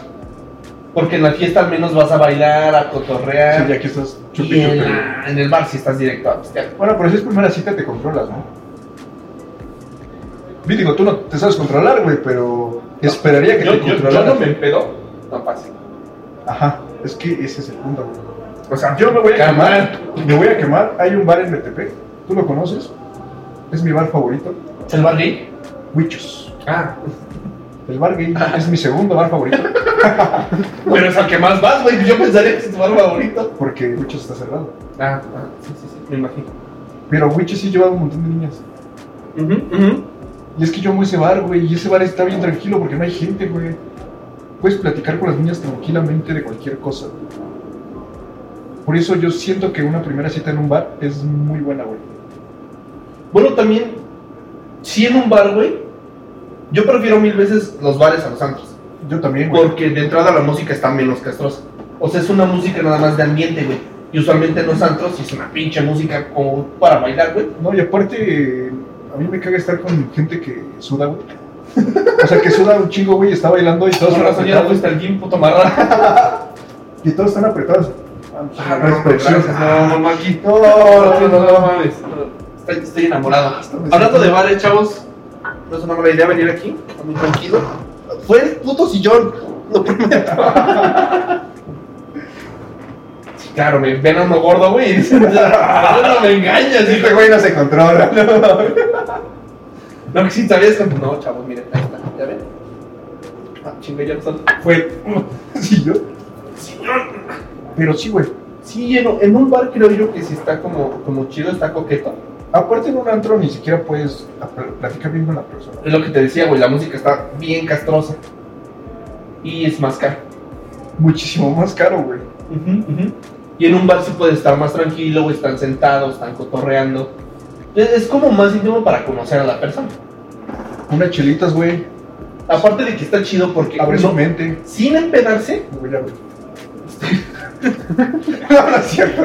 Porque en la fiesta al menos vas a bailar, a cotorrear. Sí, ya que estás Y chupi en, chupi. la- en el bar si estás directo a pistear. Bueno, pero si es primera cita te controlas, ¿no? Vi, digo, tú no te sabes controlar, güey, pero esperaría que Yo, te yo- yo controlaras. no me empedo, no pasa. Ajá, es que ese es el punto, güey. O sea, Yo me voy a Carnal. quemar. Me voy a quemar. Hay un bar en Metepec. ¿Tú lo conoces? Es mi bar favorito. ¿El bar gay? Huichos. Ah, El bar gay es mi segundo bar favorito. pero es al que más vas, güey. Yo pensaría que es tu bar favorito. Porque Huichos está cerrado. Ah, ah, sí, sí, sí, me imagino. Pero Huichos sí lleva un montón de niñas. Ujú, ujú. Y es que yo amo ese bar, güey. Y ese bar está bien tranquilo porque no hay gente, güey. Puedes platicar con las niñas tranquilamente de cualquier cosa. Por eso yo siento que una primera cita en un bar es muy buena, güey. Bueno, también, si en un bar, güey, yo prefiero mil veces los bares a los antros. Yo también, güey. Porque de entrada la música está menos castrosa. O sea, es una música nada más de ambiente, güey. Y usualmente en los antros es una pinche música como para bailar, güey. No, y aparte, a mí me caga estar con gente que suda, güey. O sea, que suda un chingo, güey, está bailando y todos Con están razón ya no apretados. fuiste al gym, puto marrano. Y todos están apretados. Ah, no, Producción. gracias. No, no, no, aquí. No, No, no, no, no, no, mames. Estoy, estoy enamorado. me Hablando siento- de bares, chavos, no es una mala idea venir aquí, a mí tranquilo. Fue el puto sillón, lo prometo. claro, me ven a uno gordo, güey, y dicen, "Ah, no me engañas, hijo". Este güey no se controla. ¿no? No, que sí sabías que no, chavos, miren, ahí está, ya ven. Ah, chingue, ya no están. Fue. Sí, yo. Pero sí, güey. Sí, en, en un bar creo yo que si está como, como chido, está coqueto. Aparte en un antro ni siquiera puedes apl- platicar bien con la persona. Es lo que te decía, güey, la música está bien castrosa. Y es más cara. Muchísimo más caro, güey. Y en un bar sí puedes estar más tranquilo, güey, están sentados, están cotorreando. Es, es como más íntimo para conocer a la persona. Unas chelitas, güey. Aparte de que está chido porque Abre no- su mente. sin empedarse, Güey, ya, güey. no, no es cierto.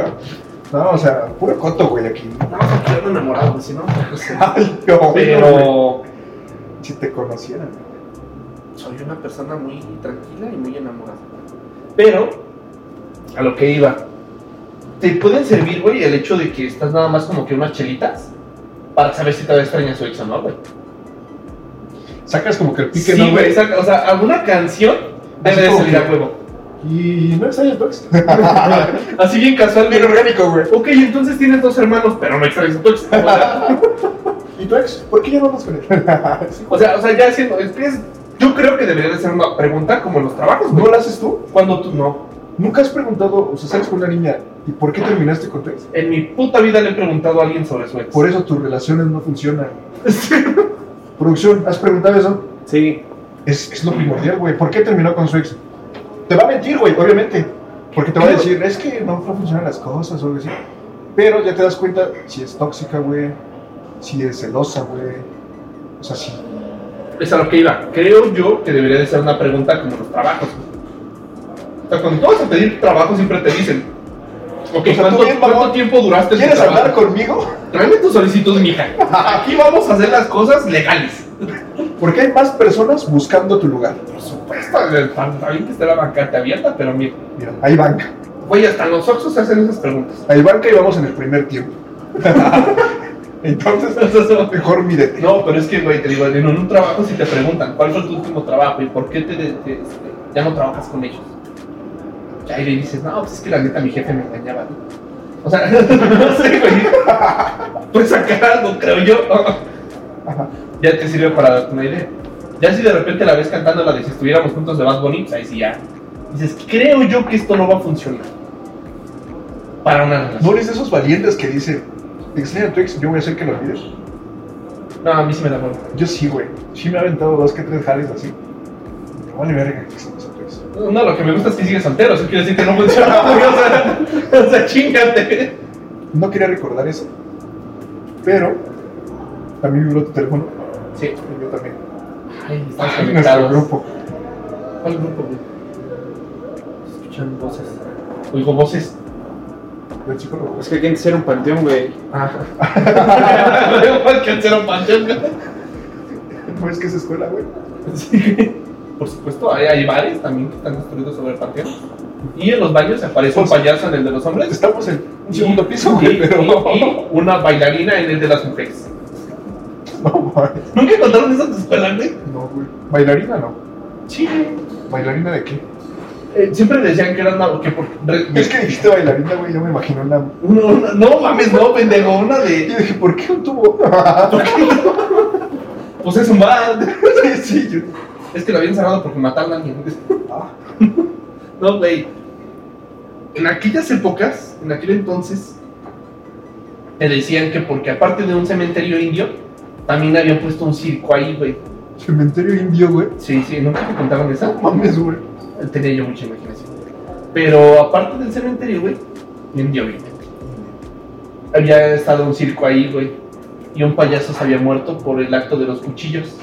No, o sea, puro coto, güey, aquí. no, porque ando enamorado, pues, si no, no sé. Ay, no, güey. pero Si te conocieran. soy una persona muy tranquila y muy enamorada. Pero, a lo que iba, te pueden servir, güey, el hecho de que estás nada más como que unas chelitas para saber si todavía extrañas su ex o no, güey. Sacas como que el pique, Sí, ¿no, güey, saca- o sea, alguna canción debe Así de como salir a que- huevo. Y no extrañas tu ex. Así bien casual, Bien güey. orgánico, güey. Ok, entonces tienes dos hermanos, pero no extrañas a tu ex. O sea, ¿Y tu ex? ¿Por qué ya no andas con él? Sí. o sea, o sea, ya haciendo, es que es- yo creo que debería de ser una pregunta como en los trabajos, güey. ¿No lo haces tú? Cuando tú no. ¿Nunca has preguntado, o sea, sales con una niña, ¿y por qué terminaste con tu ex? En mi puta vida le he preguntado a alguien sobre su ex. Por eso tus relaciones no funcionan. Producción, ¿has preguntado eso? Sí. Es, es lo primordial, güey. ¿Por qué terminó con su ex? Te va a mentir, güey, obviamente. Porque te va a Claro. decir, es que no, no funcionan las cosas o algo así. Pero ya te das cuenta si es tóxica, güey. Si es celosa, güey. O sea, sí. Es a lo que iba. Creo yo que debería de ser una pregunta como los trabajos. güey. O sea, cuando tú vas a pedir trabajo siempre te dicen, ok, O sea, ¿cuánto, tú bien, cuánto mamón, tiempo duraste en tu ¿Quieres trabajo? hablar conmigo? Tráeme tu solicitud, mija. Aquí vamos a hacer las cosas legales. Porque hay más personas buscando tu lugar. Por supuesto, también que está la bancata abierta, pero mira. Mira, hay banca. Güey, hasta los oxos hacen esas preguntas. Hay banca y vamos en el primer tiempo. Entonces, mejor mírete. No, pero es que, güey, te digo, en un trabajo si te preguntan cuál fue tu último trabajo y por qué te, te- te- este, ya no trabajas con ellos. Ya, y le dices, no, pues es que la neta mi jefe me engañaba. ¿no? O sea, no sé, güey. Pues acá no creo yo. ya te sirve para darte una idea. Ya si de repente la ves cantando la de si estuviéramos juntos de Bad Bunny, pues ahí sí ya. Dices, creo yo que esto no va a funcionar. Para una relación. ¿No eres de esos valientes que dicen, extraña a tu ex, yo voy a hacer que lo olvides? No, a mí sí me da hueva. Yo sí, güey. Sí me ha aventado dos que tres jales así. Me vale verga que extrañes a tu ex. No, lo que me gusta es que sigues soltero, eso quiere decir que no funciona, güey, o sea, o sea, chingate. No quería recordar eso. Pero, también vibró tu teléfono. Sí. Y yo también. Ay, estamos Nuestro conectados. grupo. ¿Cuál grupo, güey? Escuchan voces. Oigo voces. Del psicólogo. Es que alguien ser un panteón, güey. Ah. Veo mal que hacer un panteón, güey. ¿No Pues es que es escuela, güey? Sí. Por supuesto, hay, hay bares también que están construidos sobre el panteón. Y en los baños aparece un payaso en el de los hombres. Estamos en un segundo piso, Y, güey, pero... y- y una bailarina en el de las mujeres. No, güey. ¿Nunca contaron eso en tu escuela, güey? No, güey. ¿Bailarina no? Sí. ¿Bailarina de qué? Eh, siempre decían que era una. Que por, re- Es que dijiste bailarina, güey, yo me imagino una... Una- una- no mames, no, pendejo, una Yo de. dije, ¿por qué un tubo? Pues es un bad. sí, sí, yo... Es que lo habían cerrado porque mataron a alguien. Ah. No, güey. En aquellas épocas, en aquel entonces, te decían que porque aparte de un cementerio indio, también habían puesto un circo ahí, güey. Cementerio indio, güey. Sí, sí, nunca te contaron esa. Mames, güey. Tenía yo mucha imaginación. Pero aparte del cementerio, güey, indio, obviamente. Había estado un circo ahí, güey. Y un payaso se había muerto por el acto de los cuchillos.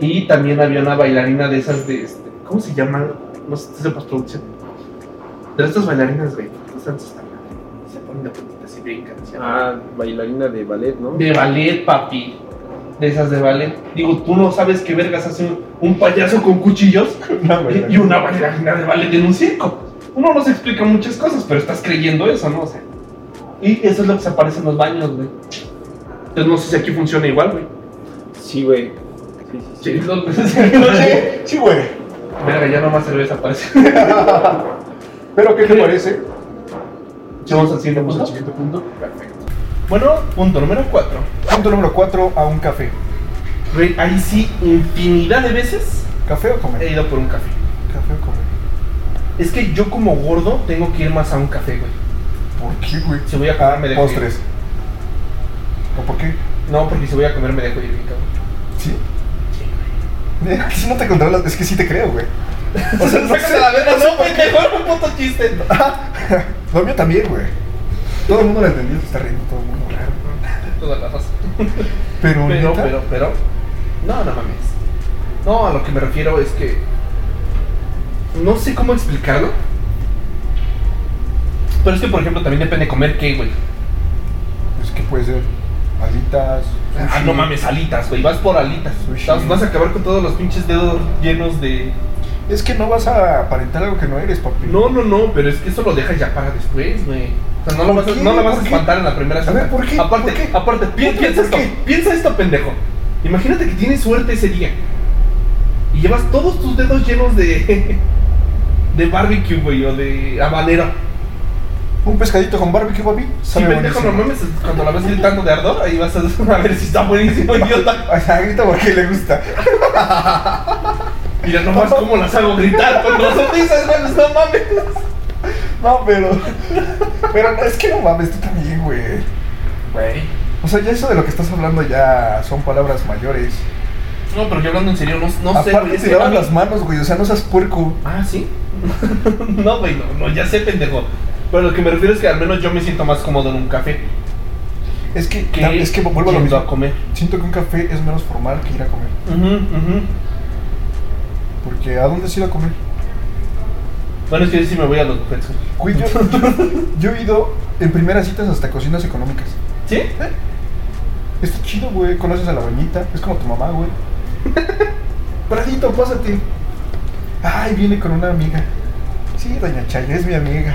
Y también había una bailarina de esas de este. ¿Cómo se llama? No sé, de postproducción. De estas bailarinas, güey. que están asustadas, güey. Se ponen de puntitas y brincan. así. Ah, bailarina de ballet, ¿no? De ballet, papi. De esas de ballet. Digo, tú no sabes qué vergas hace un- un payaso con cuchillos. Una Y- Y una bailarina de ballet en un circo. Uno no se explica muchas cosas, pero estás creyendo eso, ¿no? O sea, y eso es lo que se aparece en los baños, güey. Entonces no sé si aquí funciona igual, güey. Sí, güey. Sí, sí, sí. Sí, no, no sé. Sí, güey. Verga, ya nomás cerveza aparece. Pero, ¿qué te parece Si vamos al siguiente Vamos al punto. siguiente punto. Perfecto. Bueno, punto número 4. Punto número 4, a un café. Güey, ahí sí, infinidad de veces ¿Café o comer? he ido por un café. Café o comer. Es que yo como gordo tengo que ir más a un café, güey. ¿Por qué, güey? Si voy a comer, me dejo ir. Postres. ¿O por qué? No, porque si voy a comer me dejo ir bien, cabrón. Sí. Eh, Si no te controlas, es que sí te creo, güey. O sea, sácate la verga, no, pendejo, era un puto chiste. Lo mío también, güey. Todo el mundo lo entendió, se está riendo todo el mundo, claro. Toda la razón. Pero, Pero, neta, pero, pero. No, no mames. No, a lo que me refiero es que. No sé cómo explicarlo. Pero es que, por ejemplo, también depende de comer qué, güey. es Pues que puede ser alitas. Ah, sushi. no mames, alitas, güey. Vas por alitas. Sushi. Vas, vas a acabar con todos los pinches dedos llenos de. Es que no vas a aparentar algo que no eres, papi. No, no, no, pero es que eso lo dejas ya para después, güey. O sea, no lo ¿Por vas, a, qué? no la vas a ¿Por qué? espantar en la primera A cita. ver, ¿por qué? Aparte, ¿Por qué? aparte, pi- ¿Por qué? piensa ¿Por esto, qué? piensa esto, pendejo. Imagínate que tienes suerte ese día y llevas todos tus dedos llenos de. de barbecue, güey, o de habanero. Un pescadito con barbecue, papi. Si Sabe pendejo, no buenísimo. mames, cuando la ves gritando de ardor, ahí vas a, a ver si está buenísimo, idiota. O sea, grita porque le gusta. Mira nomás cómo las hago gritar con razón dices, mames, no mames. No, pero. Pero no, es que no mames, tú también, güey. Güey. O sea, ya eso de lo que estás hablando ya son palabras mayores. No, pero yo hablando en serio, no, no sé, Aparte, güey, es te que a lavas mí- las manos, güey. O sea, no seas puerco. Ah, ¿sí? no, güey, no, no, ya sé, pendejo. Pero lo que me refiero es que al menos yo me siento más cómodo en un café Es que, que es que vuelvo a lo yendo mismo. a comer. Siento que un café es menos formal que ir a comer. Ujú, ujú. Porque ¿a dónde has ido a comer? Bueno, es que yo sí me voy a los buffets. güey. Güey, yo, yo he ido en primeras citas hasta cocinas económicas. ¿Sí? ¿Eh? Está chido, güey. Conoces a la bañita. Es como tu mamá, güey. Pradito, pásate. Ay, viene con una amiga. Sí, doña Chaya es mi amiga.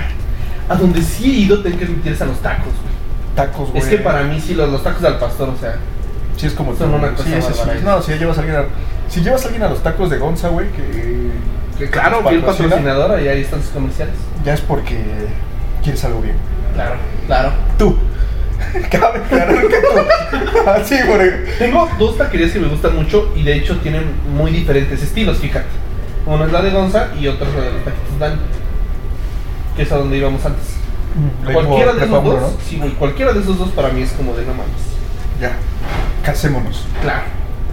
A donde sí he ido tengo que admitirse a los tacos, güey. Tacos, güey. Es que para mí sí, los, los tacos al pastor, o sea... Sí, es como son tú, una güey. cosa sí, sí, sí. bárbara. No, si ya llevas a alguien a... Si llevas a alguien a los tacos de Gonza, güey, que... que claro, ¿Nos vi el patrocina? patrocinador y ahí están sus comerciales. Ya es porque quieres algo bien. Claro, claro. Tú. Cabe aclarar que tú. Así, güey. Tengo dos taquerías que me gustan mucho y de hecho tienen muy diferentes estilos, fíjate. Uno es la de Gonza y otro es la de los taquitos Dan, que es a donde íbamos antes. Ahí Mm, Cualquiera por de esos Prepa uno, dos, sí, güey, cualquiera de esos dos para mí es como de no mames. ¿no? Ya. Casémonos. Claro,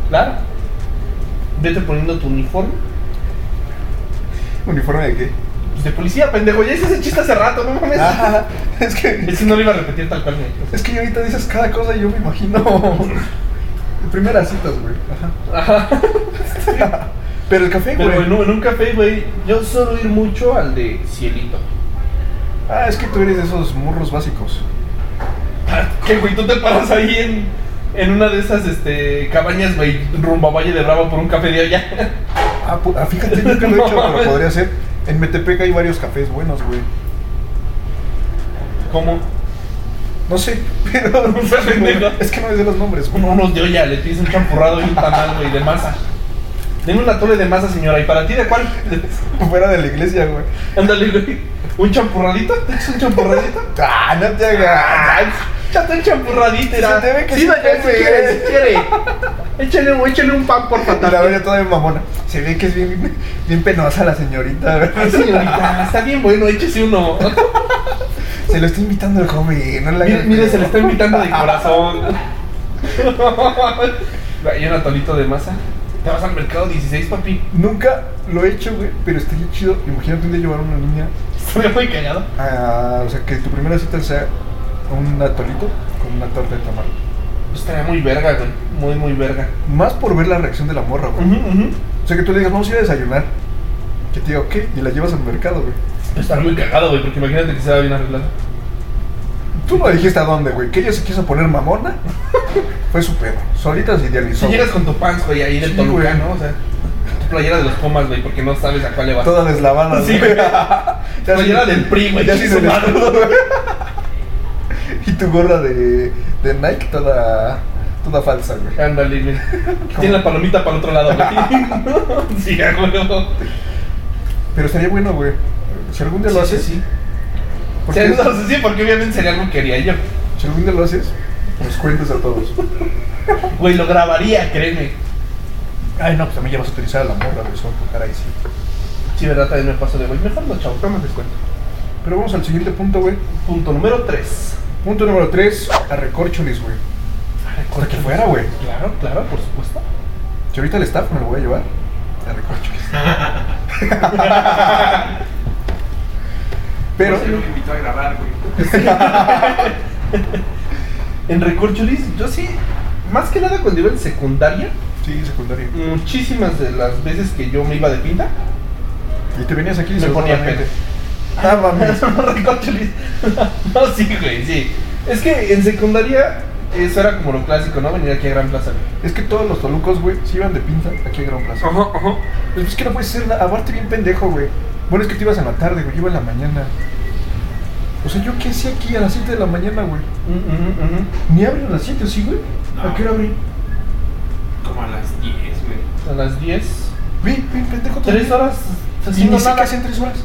claro. Vete poniendo tu uniforme. ¿Uniforme de qué? Pues de policía, pendejo, ya hice ese chiste hace rato, no mames. Ah, es Es que. que no lo iba a repetir tal cual. güey. Es que ahorita dices cada cosa y yo me imagino. Primeras citas, güey. Ajá. Ajá. Pero el café, Pero güey. en un, en un café, güey, yo suelo ir mucho al de Cielito. Ah, es que tú eres de esos morros básicos. Que güey, tú te paras ahí en, en una de esas este, cabañas, güey, rumbo a Valle de Bravo por un café de allá. Ah, pu- ah, fíjate, nunca lo he hecho, No pero mames. podría ser. En Metepec hay varios cafés buenos, güey. ¿Cómo? No sé, pero. seas pendejo. es que no me sé los nombres, güey. Uno unos de olla, le pides un champurrado y un tamal, güey, de masa. Deme una tole de masa, señora. ¿Y para ti de cuál? Fuera de la iglesia, güey. Ándale, güey. ¿Un champurradito? ¿Te echas un champurradito? Ah, no te hagas. Ay, échate un champurradito, era. Se te ve que sí, sí doña, puede, si güey. quiere, si quiere. Échale, un- échale un pan, por Y la favor. verdad todavía mamona. Se ve que es bien, bien penosa la señorita, Ay, ¿verdad? señorita, está bien bueno, échese uno. Se lo está invitando el joven. No la Mire, mire, se le está invitando de corazón. Hay un atolito de masa. Te vas al mercado 16, papi. Nunca lo he hecho, güey, pero estaría chido. Imagínate un día llevar a una niña Estoy muy callado. a. O sea, que tu primera cita sea un atolito con una torta de tamal. Pues Estaría muy verga, güey. Muy, muy verga. Más por ver la reacción de la morra, güey. O sea, que tú le digas, vamos a ir a desayunar. Que te diga, ok, y la llevas al mercado, güey. Estar muy cagado, güey, porque imagínate que se va bien arreglado. Tú no dijiste a dónde, güey. Que ella se quiso poner mamona. Fue su pedo. Solita se Si idealizó. llegas con tu pants, güey, ahí del Sí, Toluca, güey. ¿no? O sea, tu playera de los Pumas, güey, porque no sabes a cuál le vas. Toda deslavada, Sí, güey. güey. Playera del PRI, güey. Ya sí su se madre. desnudo, güey. Y tu gorra de, de Nike toda, toda falsa, güey. Ándale, güey. Tiene la palomita para el otro lado, güey. sí, güey. Pero estaría bueno, güey. Si algún día lo haces, sí. Porque Sí, no, sí, porque obviamente sería algo que haría yo. si algún día lo haces, nos cuentas a todos. Güey, lo grabaría, créeme. Ay, no, pues también ya vas a utilizar a la morra, güey, solo tocar ahí sí. Sí, verdad, también me paso de güey. Mejor no, chavo, no me descuento. Pero vamos al siguiente punto, güey. Punto número 3. Punto número 3, a recorcholis, güey. Hasta que fuera, güey. Ah, Claro, claro, por supuesto. Si ahorita el staff me lo voy a llevar, a recorcholis. Pero, Pero me invitó a grabar, güey. En Recorcholis, yo sí, más que nada cuando iba en secundaria, sí, secundaria. muchísimas de las veces que yo me iba de pinta, Y te venías aquí y me ponía pedo. Ah, mames. Recorcholis. no, sí, güey, sí. Es que en secundaria eso era como lo clásico, ¿no? Venir aquí a Gran Plaza. güey. Es que todos los tolucos, güey, se iban de pinta aquí a Gran Plaza. Ajá, ajá. Pues es que no puedes ser, na- aparte bien pendejo, güey. Bueno, es que te ibas en la tarde, güey, yo iba en la mañana. O sea, ¿yo qué hacía aquí a las 7 de la mañana, güey? Mm, mm, mm, mm. Ni abren a las 7, ¿sí, güey? ¿A No. qué hora abrí? Como a las 10, güey. A las 10, Ve, ve, pendejo. Tres horas Y haciendo ni sé nada. qué hacían 3 horas.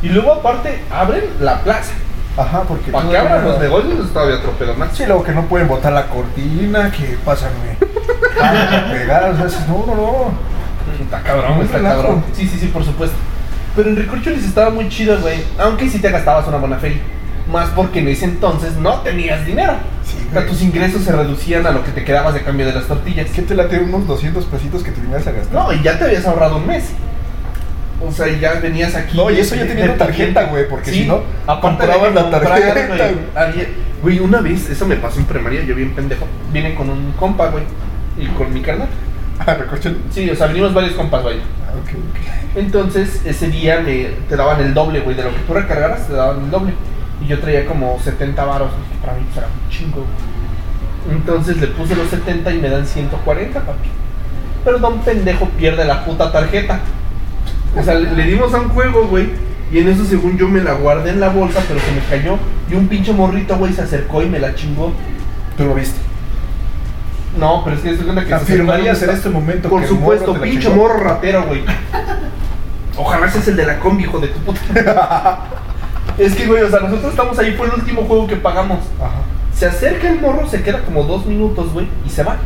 Y luego aparte abren la plaza. Ajá, porque... ¿Para que todavía abran los no- negocios es todavía otro pedo más? Sí, luego que no pueden botar la cortina, que pasan, güey. Van a pegar, o sea, dices, no, no, no. Está cabrón, güey, está Relajo. cabrón. Sí, sí, sí, por supuesto. Pero en Recorcholis estaba muy chido, güey. Aunque sí te gastabas una buena feria. Más porque en ese entonces no tenías dinero. Sí, O sea, güey. tus ingresos se reducían a lo que te quedabas de cambio de las tortillas. ¿Qué te late unos 200 pesitos que te vinieras a gastar? No, y ya te habías ahorrado un mes. O sea, y ya venías aquí. No, y eso ya teniendo de- tarjeta, güey, porque si no, aparte de comprabas la comprar, tarjeta, güey, güey. había- Güey, una vez, eso me pasó en primaria, yo bien pendejo. Vine con un compa, güey. Y con mi carnal. Ah, recorcholis. Sí, o sea, vinimos varios compas, güey. Ah, ok, ok. Entonces, ese día me, te daban el doble, güey. De lo que tú recargaras, te daban el doble. Y yo traía como 70 varos, güey, que para mí pues, era un chingo, güey. Entonces le puse los 70 y me dan 140, papi. Pero don pendejo pierde la puta tarjeta. O sea, le, le dimos a un juego, güey. Y en eso, según yo, me la guardé en la bolsa, pero se me cayó. Y un pinche morrito, güey, se acercó y me la chingó. Tú lo viste. No, pero es que se cuenta que se acercó Afirmarías y- en este momento Por que el supuesto, morro te la pinche chingó? morro ratero, güey. Ojalá ese es el de la combi, hijo de tu puta. es que, güey, o sea, nosotros estamos ahí, fue el último juego que pagamos. Ajá. Se acerca el morro, se queda como dos minutos, güey, y se va.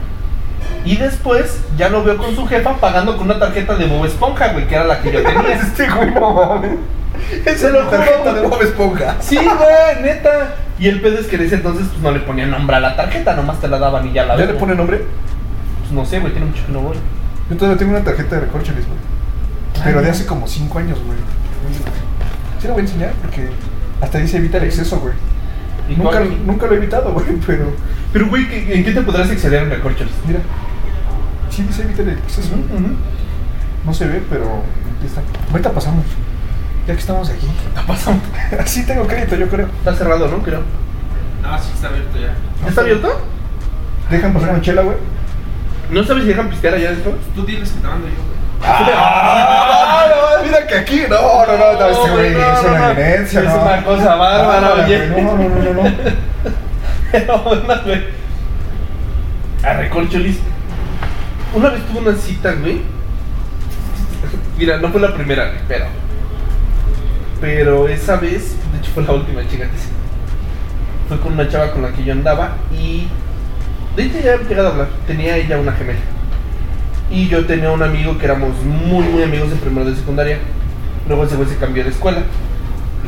Y después ya lo veo con su jefa pagando con una tarjeta de Bob Esponja, güey, que era la que yo tenía. Este güey, no mames. Se lo juro, tarjeta güey. de Bob Esponja. Sí, güey, neta. Y el pedo es que en ese entonces pues, no le ponían nombre a la tarjeta, nomás te la daban y ya la ¿Ya le ves, pone nombre? Pues no sé, güey, tiene mucho que no voy. Yo todavía tengo una tarjeta de recorcholis, güey. Pero de hace como 5 años, güey. Sí la voy a enseñar porque hasta dice evita el exceso, güey. ¿Y Nunca, cuál? nunca lo he evitado, güey, pero Pero, güey, ¿qué- ¿en qué te podrás exceder en recorchos? mira. Sí dice evita el exceso. No se ve, pero aquí está. Ahorita pasamos. Ya que estamos aquí. Está pasando. Así tengo crédito, yo creo. Está cerrado, ¿no? Creo. No, sí está abierto ya. ¿Está abierto? Dejan pasar una chela, güey. ¿No sabes si dejan pistear allá después? Tú diles que te mando yo, güey. Ah, no, mira que aquí. No, no, no, no, este güey no, es no, no. una evidencia, Es no. una cosa bárbara, Bárbara, oye. güey. No, no, no, no, no. Pero, no, güey. Arrecorcholis. Una vez tuve una cita, güey. Mira, no fue la primera, güey, pero. Pero esa vez, de hecho fue la última, chécate. Fue con una chava con la que yo andaba y. De hecho ya he llegado a hablar. Tenía ella una gemela. Y yo tenía un amigo que éramos muy, muy amigos en primero de secundaria. Luego ese güey se cambió de escuela.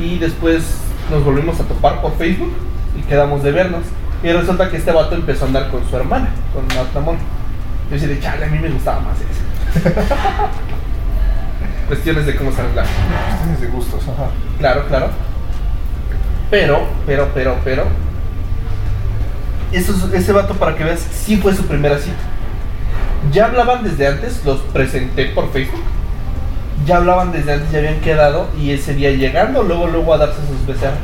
Y después nos volvimos a topar por Facebook y quedamos de vernos. Y resulta que este vato empezó a andar con su hermana, con la otra morra. Yo decía, chale, a mí me gustaba más eso. Cuestiones de cómo se habla. Cuestiones de gustos, ajá. Claro, claro. Pero, pero, pero, pero. Eso es- ese vato, para que veas, sí fue su primera cita. Ya hablaban desde antes, los presenté por Facebook. Ya hablaban desde antes, ya habían quedado. Y ese día llegando, luego, luego a darse sus becerros.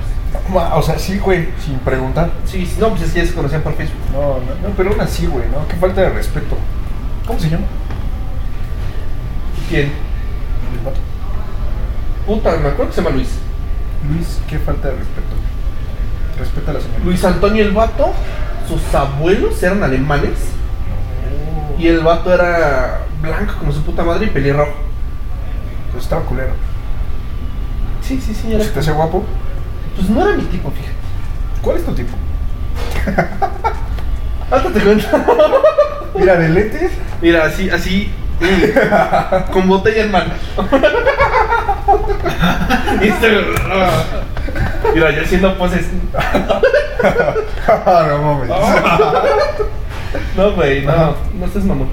Ma- O sea, sí, güey, sin preguntar. Sí, sí, no, pues es que ya se conocían por Facebook. No, no, no, pero aún así, güey, ¿no? Qué falta de respeto. ¿Cómo se llama? ¿Quién? El vato. Puta, me acuerdo que se llama Luis. Luis, qué falta de respeto. Respeta a la señora. Luis Antonio el Vato, sus abuelos eran alemanes. Y el vato era blanco como su puta madre y pelirrojo. Pues estaba culero. Sí, sí, sí, era. Si te hace guapo, Pues no era mi tipo, fíjate. ¿Cuál es tu tipo? Ahorita te cuento. Mira, de lentes. Mira, así, así. mm, con botella en mano. Y este- Mira, yo haciendo poses. Ah, no mames. Ah. No, güey, no. No estés mamón.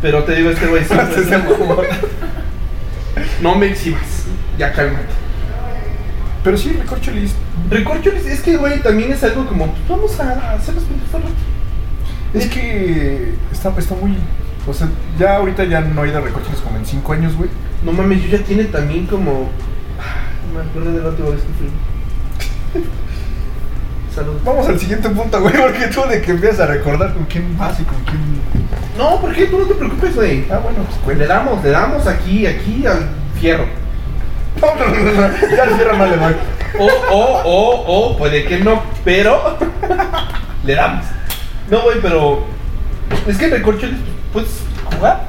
Pero te digo, este güey siempre es mamón. No me exhibas. Ya cálmate. Pero sí, recorcholis. Recorcholis, es que, güey, también es algo como, pues, vamos a hacer los pendejos un rato. Es que está, está muy. O sea, ya ahorita ya no he ido a recorcholis como en 5 años, güey. No mames, yo ya tiene también como. Ah, Me acuerdo este de la última vez que fui. Salud. Vamos al siguiente punto, güey, porque tú de que empiezas a recordar con quién vas y con quién. No, ¿por qué? Tú no te preocupes, güey. Ah, bueno, pues Le cuenta. damos, le damos aquí, aquí al fierro. No, no, no, no, ya el cierre no le doy. O, o, o, o, puede que no, pero. le damos. No, güey, pero. Es que recorcholis, puedes jugar.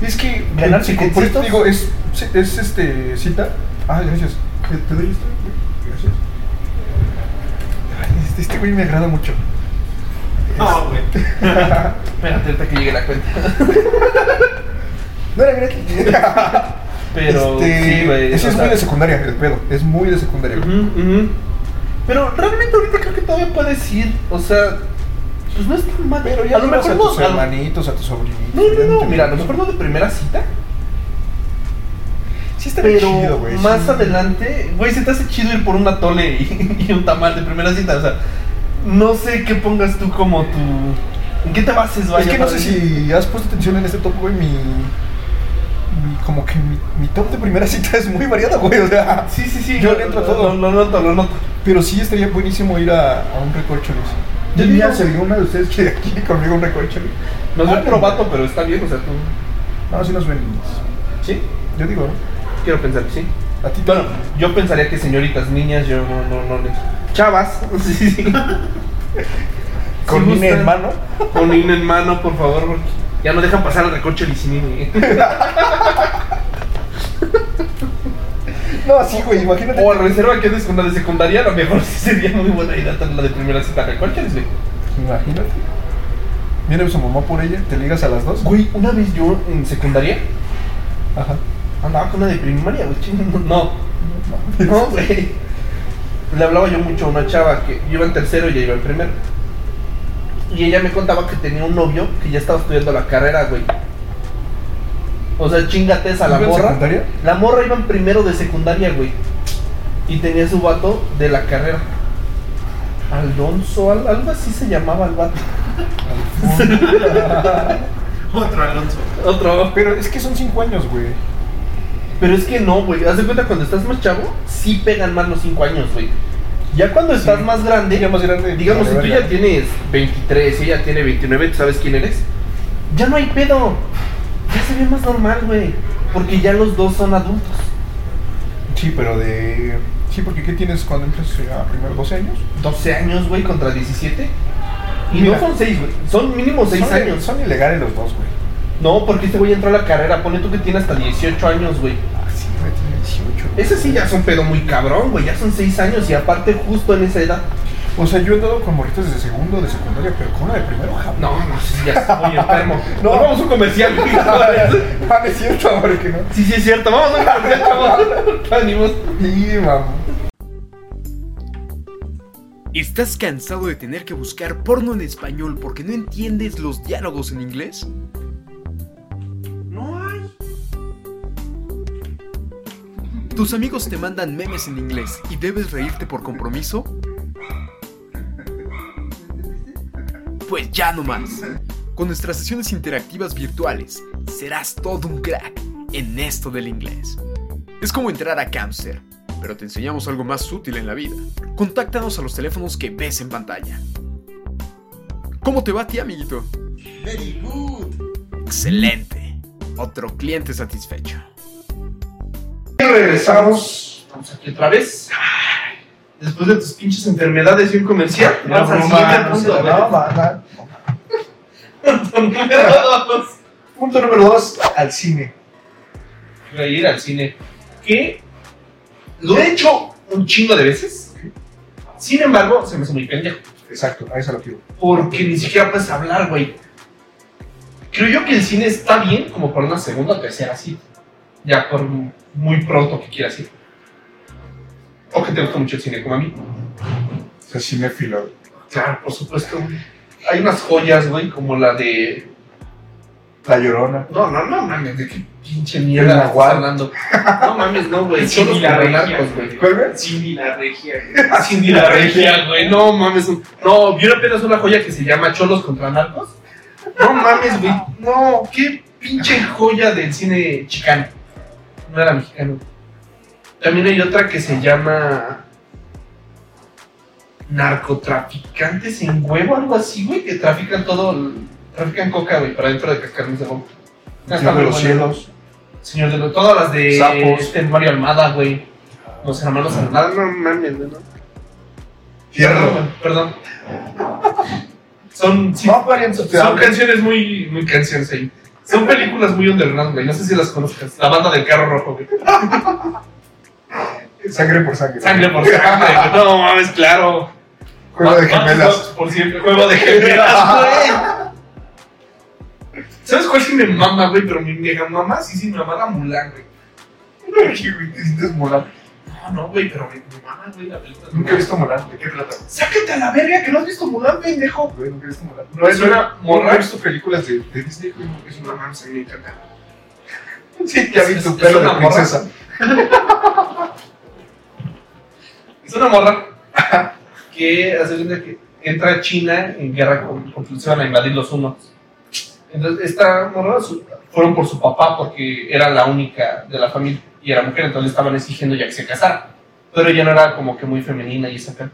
Es que Ganar eh, por tiquecitos. esto digo, es, es este cita. Ah, gracias. ¿Te, te doy esto? Gracias. Ay, este- Este güey me agrada mucho. Ah, No, güey. Espérate, ahorita que llegue la cuenta. No era gratis. Pero. sí, Este, güey. Ese o es sea- muy de secundaria, el pedo. Es muy de secundaria. güey. Ujú, ujú. Pero realmente ahorita creo que todavía puedes ir. O sea, pues no es tan mal. Pero ya a lo llevas mejor no. a tus a lo- hermanitos, a tus sobrinitos. no, ya no, no. te- Mira, a lo mejor no de primera cita. Sí está Pero chido, güey. más sí. adelante, güey, se te hace chido ir por un atole y, y un tamal de primera cita. O sea, no sé qué pongas tú como tu. ¿En qué te bases, vaya? Es que no para sé decir? si has puesto atención en este top, güey. Mi, mi- Como que mi, mi top de primera cita es muy variado, güey. O sea, Sí, sí, sí. Yo lo- le entro a lo- todo. Lo lo noto, lo noto. Pero sí estaría buenísimo ir a, a un Yo recorcholis. Yo digo- diría, si alguno de ustedes quiere aquí conmigo un recorcholis. No soy Ah, probato, pero está bien, o sea, tú. No, si nos ven. niños. Sí, Yo digo, ¿no? quiero pensar que sí. A ti te- Bueno, yo pensaría que señoritas, niñas, yo no, no, no les... Chavas, sí, sí, sí. con sí INE gustan. en mano. Con INE en mano, por favor, porque ya no dejan pasar al recorcho ni sin INE. No, sí, güey, imagínate. O a reserva que andes con la de secundaria, a lo mejor sí sería muy buena idea tener la de primera cita recorcho, güey. Imagínate. Viene su mamá por ella, te ligas a las dos. Güey, una vez yo en secundaria Ajá. andaba con una de primaria, güey. chinga, no, No, no, güey. Le hablaba yo mucho a una chava que yo iba en tercero y ella iba en primero. Y ella me contaba que tenía un novio que ya estaba estudiando la carrera, güey. O sea, chingate esa la ¿Iba en morra. secundaria? La morra iba en primero de secundaria, güey. Y tenía su vato de la carrera. Alonso, al- algo así se llamaba el vato. Otro Alonso. Otro. Pero es que son cinco años, güey. Pero es que no, güey. Haz de cuenta cuando estás más chavo, sí pegan más los 5 años, güey. Ya cuando estás más grande, Ya más grande, digamos, si vale, tú verga. ya tienes 23 y ella tiene 29, ¿tú sabes quién eres? Ya no hay pedo. Ya se ve más normal, güey. Porque ya los dos son adultos. Sí, pero de. Sí, porque ¿qué tienes cuando entras eh, a primer 12 años? 12 años, güey, contra 17. Y Mira. no son 6, güey. Son mínimo 6 son, años. Son ilegales los dos, güey. No, porque este güey entró a la carrera. Pone tú que tiene hasta 18 años, güey. Ah, sí, güey, tiene 18. Ese sí ya es un pedo muy cabrón, güey. Ya son 6 años. Y aparte, justo en esa edad, O sea, yo he andado con morritos de segundo, de secundaria, pero con una de primero jamás. No, no, sí, ya estoy enfermo. No. Nos vamos a un comercial. güey. Ah, no es cierto, hombre, que no. sí, sí, es cierto. Vamos a un comercial, chavos. Ánimos. Sí, mamá. ¿Estás cansado de tener que buscar porno en español porque no entiendes los diálogos en inglés? No hay. ¿Tus amigos te mandan memes en inglés y debes reírte por compromiso? Pues ya no más. Con nuestras sesiones interactivas virtuales, serás todo un crack en esto del inglés. Es como entrar a Camster, pero te enseñamos algo más útil en la vida. Contáctanos a los teléfonos que ves en pantalla. ¿Cómo te va a ti, amiguito? Excelente. Otro cliente satisfecho. Regresamos. Vamos aquí otra vez. Después de tus pinches enfermedades y un comercial, vamos al siguiente punto. No, ¿verdad? mamá. Número dos. Punto número 2, al cine. Iba a ir al cine. Que lo he hecho un chingo de veces. Sin embargo, se me hace muy pendejo. Exacto, a eso lo quiero. Porque ni siquiera puedes hablar, güey. Creo yo que el cine está bien como para una segunda o tercera cita. Ya por muy pronto que quieras ir. O que te gusta mucho el cine como a mí. O sea, cinéfilo. Claro, por supuesto, güey. Hay unas joyas, güey, como la de. La llorona. No, no, no mames, de qué pinche El mierda estás Nahual. hablando. No mames, no, güey. Sí, Son los ni la Narcos, regia, güey. ¿Cuál ves? Cindy la regia, güey. Cindy la regia, güey. No mames. un- No, vieron apenas una joya que se llama Cholos contra Narcos. No mames, güey. No, qué pinche joya del cine chicano. No era mexicano. También hay otra que se llama Narcotraficantes en huevo, algo así, güey, que trafican todo, el- trafican coca, güey, para dentro de cascarones de bomba. El Señor de los cielos. Señor de los todas las de Sapos. este Mario Almada, güey. Los hermanos Almada, no mames, güey, no. Fierro. Perdón. Son, sí, No paren su son canciones muy, muy canciones ahí. Son películas muy underground, güey. No sé si las conozcas. La banda del carro rojo, güey. Sangre por sangre. Sangre por sangre, güey. No mames, claro. Juego de Bad- Bad Dogs gemelas. Por siempre, juego de gemelas, güey. ¿Sabes cuál sí me mama, güey? Pero mi mega mamá sí, sí me mama la Mulan, güey. Sí, güey, te sientes Mulan. No, no, güey, pero me, me mama, güey, la película. Nunca he visto Mulan. ¿De qué trata? Sácate a la verga que no has visto Mulan, pendejo. Güey, nunca he visto Mulan. No, es una morra. Nunca he visto películas de, de Disney, güey. Es una mamá, se me encanta. Sí, ya vi Es- tu es pelo una de morra. princesa. Es una morra que hace cuenta que entra a China en guerra con, porque se van a invadir los hunos. Entonces, esta morra su- fueron por su papá porque era la única de la familia y era mujer, entonces le estaban exigiendo ya que se casara. Pero ella no era como que muy femenina y esa cara.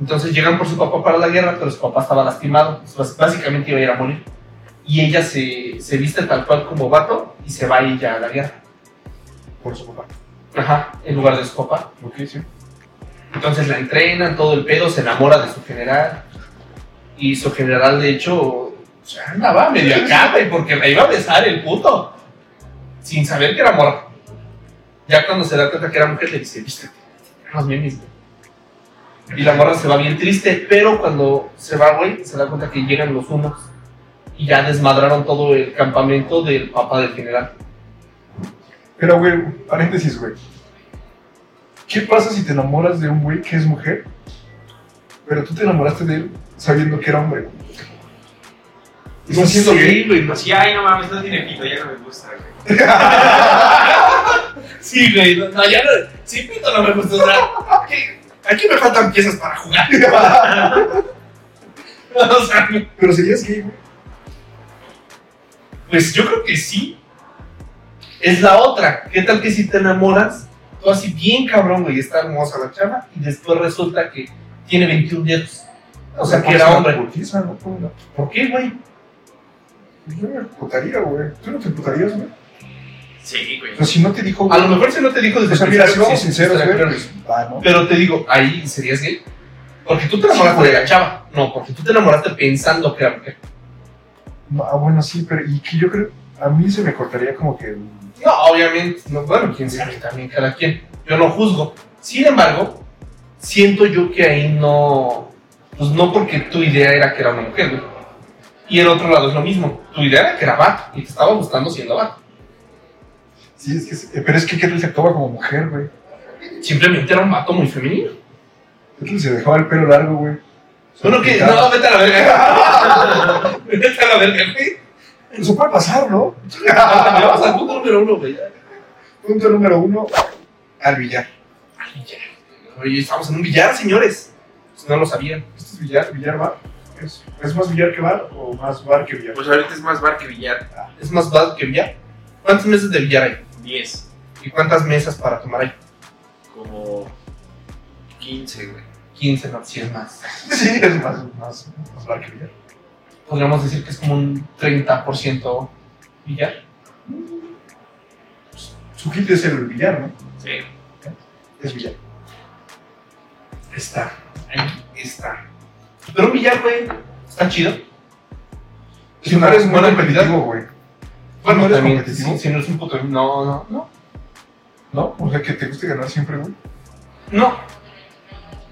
Entonces llegan por su papá para la guerra, pero su papá estaba lastimado, pues, bas- básicamente iba a ir a morir. Y ella se, se viste tal cual como vato y se va ella a la guerra. Por su papá. Ajá, en lugar de su papá. Ok, sí. Entonces la entrenan, todo el pedo, se enamora de su general. Y su general, de hecho, o sea, andaba medio acá, güey, porque la iba a besar el puto. Sin saber que era morra. Ya cuando se da cuenta que era mujer, le dice, viste, los memes, güey". Y la morra se va bien triste, pero cuando se va, güey, se da cuenta que llegan los humos. Y ya desmadraron todo el campamento del papá del general. Pero, güey, paréntesis, güey. ¿Qué pasa si te enamoras de un güey que es mujer? Pero tú te enamoraste de él sabiendo que era hombre. güey? Estás siendo gay. Sí, güey, no, sí, ay, no mames, no tiene pito, ya no me gusta, güey. Sí, güey, no, no, ya no. Sí, pito no me gusta. O sea, aquí, aquí me faltan piezas para jugar. o sea, Pero serías gay, güey. pues yo creo que sí. Es la otra. ¿Qué tal que si te enamoras? Tú así bien cabrón, güey, está hermosa la chava. Y después resulta que tiene 21 dedos. O sea, que Pues, era una hombre. putiza, ¿no? Pues, no. ¿Por qué, güey? Yo me putaría, güey. Tú no te putarías, güey. Sí, güey. O sea, si no te dijo, A güey. lo mejor si no te dijo desde O sea, el mira, si principio, vamos sí, sinceros, estaría güey. claro. pues, Va, ¿no? Pero te digo, ahí serías gay. Porque tú te enamoraste Sí, de la chava. No, porque tú te enamoraste pensando que era mujer. No, Ah, bueno, sí, pero. Y que yo creo. A mí se me cortaría como que. No, obviamente, no, bueno, quién sabe también cada quien. Yo no juzgo. Sin embargo, siento yo que ahí no. Pues no porque tu idea era que era una mujer, güey. Y el otro lado es lo mismo. Tu idea era que era vato y te estaba gustando siendo vato. Sí, es que. sí. Eh, Pero es que Kettle se actuaba como mujer, güey. Simplemente era un vato muy femenino. Kettle se dejaba el pelo largo, güey. Bueno, que. Claro. No, vete a la verga. vete a la verga, güey. Eso puede pasar, ¿no? Me vas al punto número uno, güey. Punto número uno. Al billar. Oye, estamos en un billar, señores. Pues no lo sabían. ¿Esto Este es billar? ¿Billar bar? ¿Es, es más billar que bar o más bar que billar? Pues ahorita es más bar que billar. Es más vato que billar. ¿Cuántas mesas de billar hay? 10. ¿Y cuántas mesas para tomar hay? Como 15, güey. 15, no, si es más. Sí, es más, más, más bar que billar. Podríamos decir que es como un 30% billar. Su hit es el billar, ¿no? Sí. Es billar. Está, ahí está. Pero un billar, güey, está chido. Si no eres muy competitivo, güey. Bueno, ¿No eres también, competitivo? si- si no es un puto... No, no, no. ¿No? O sea, que te guste ganar siempre, güey. No.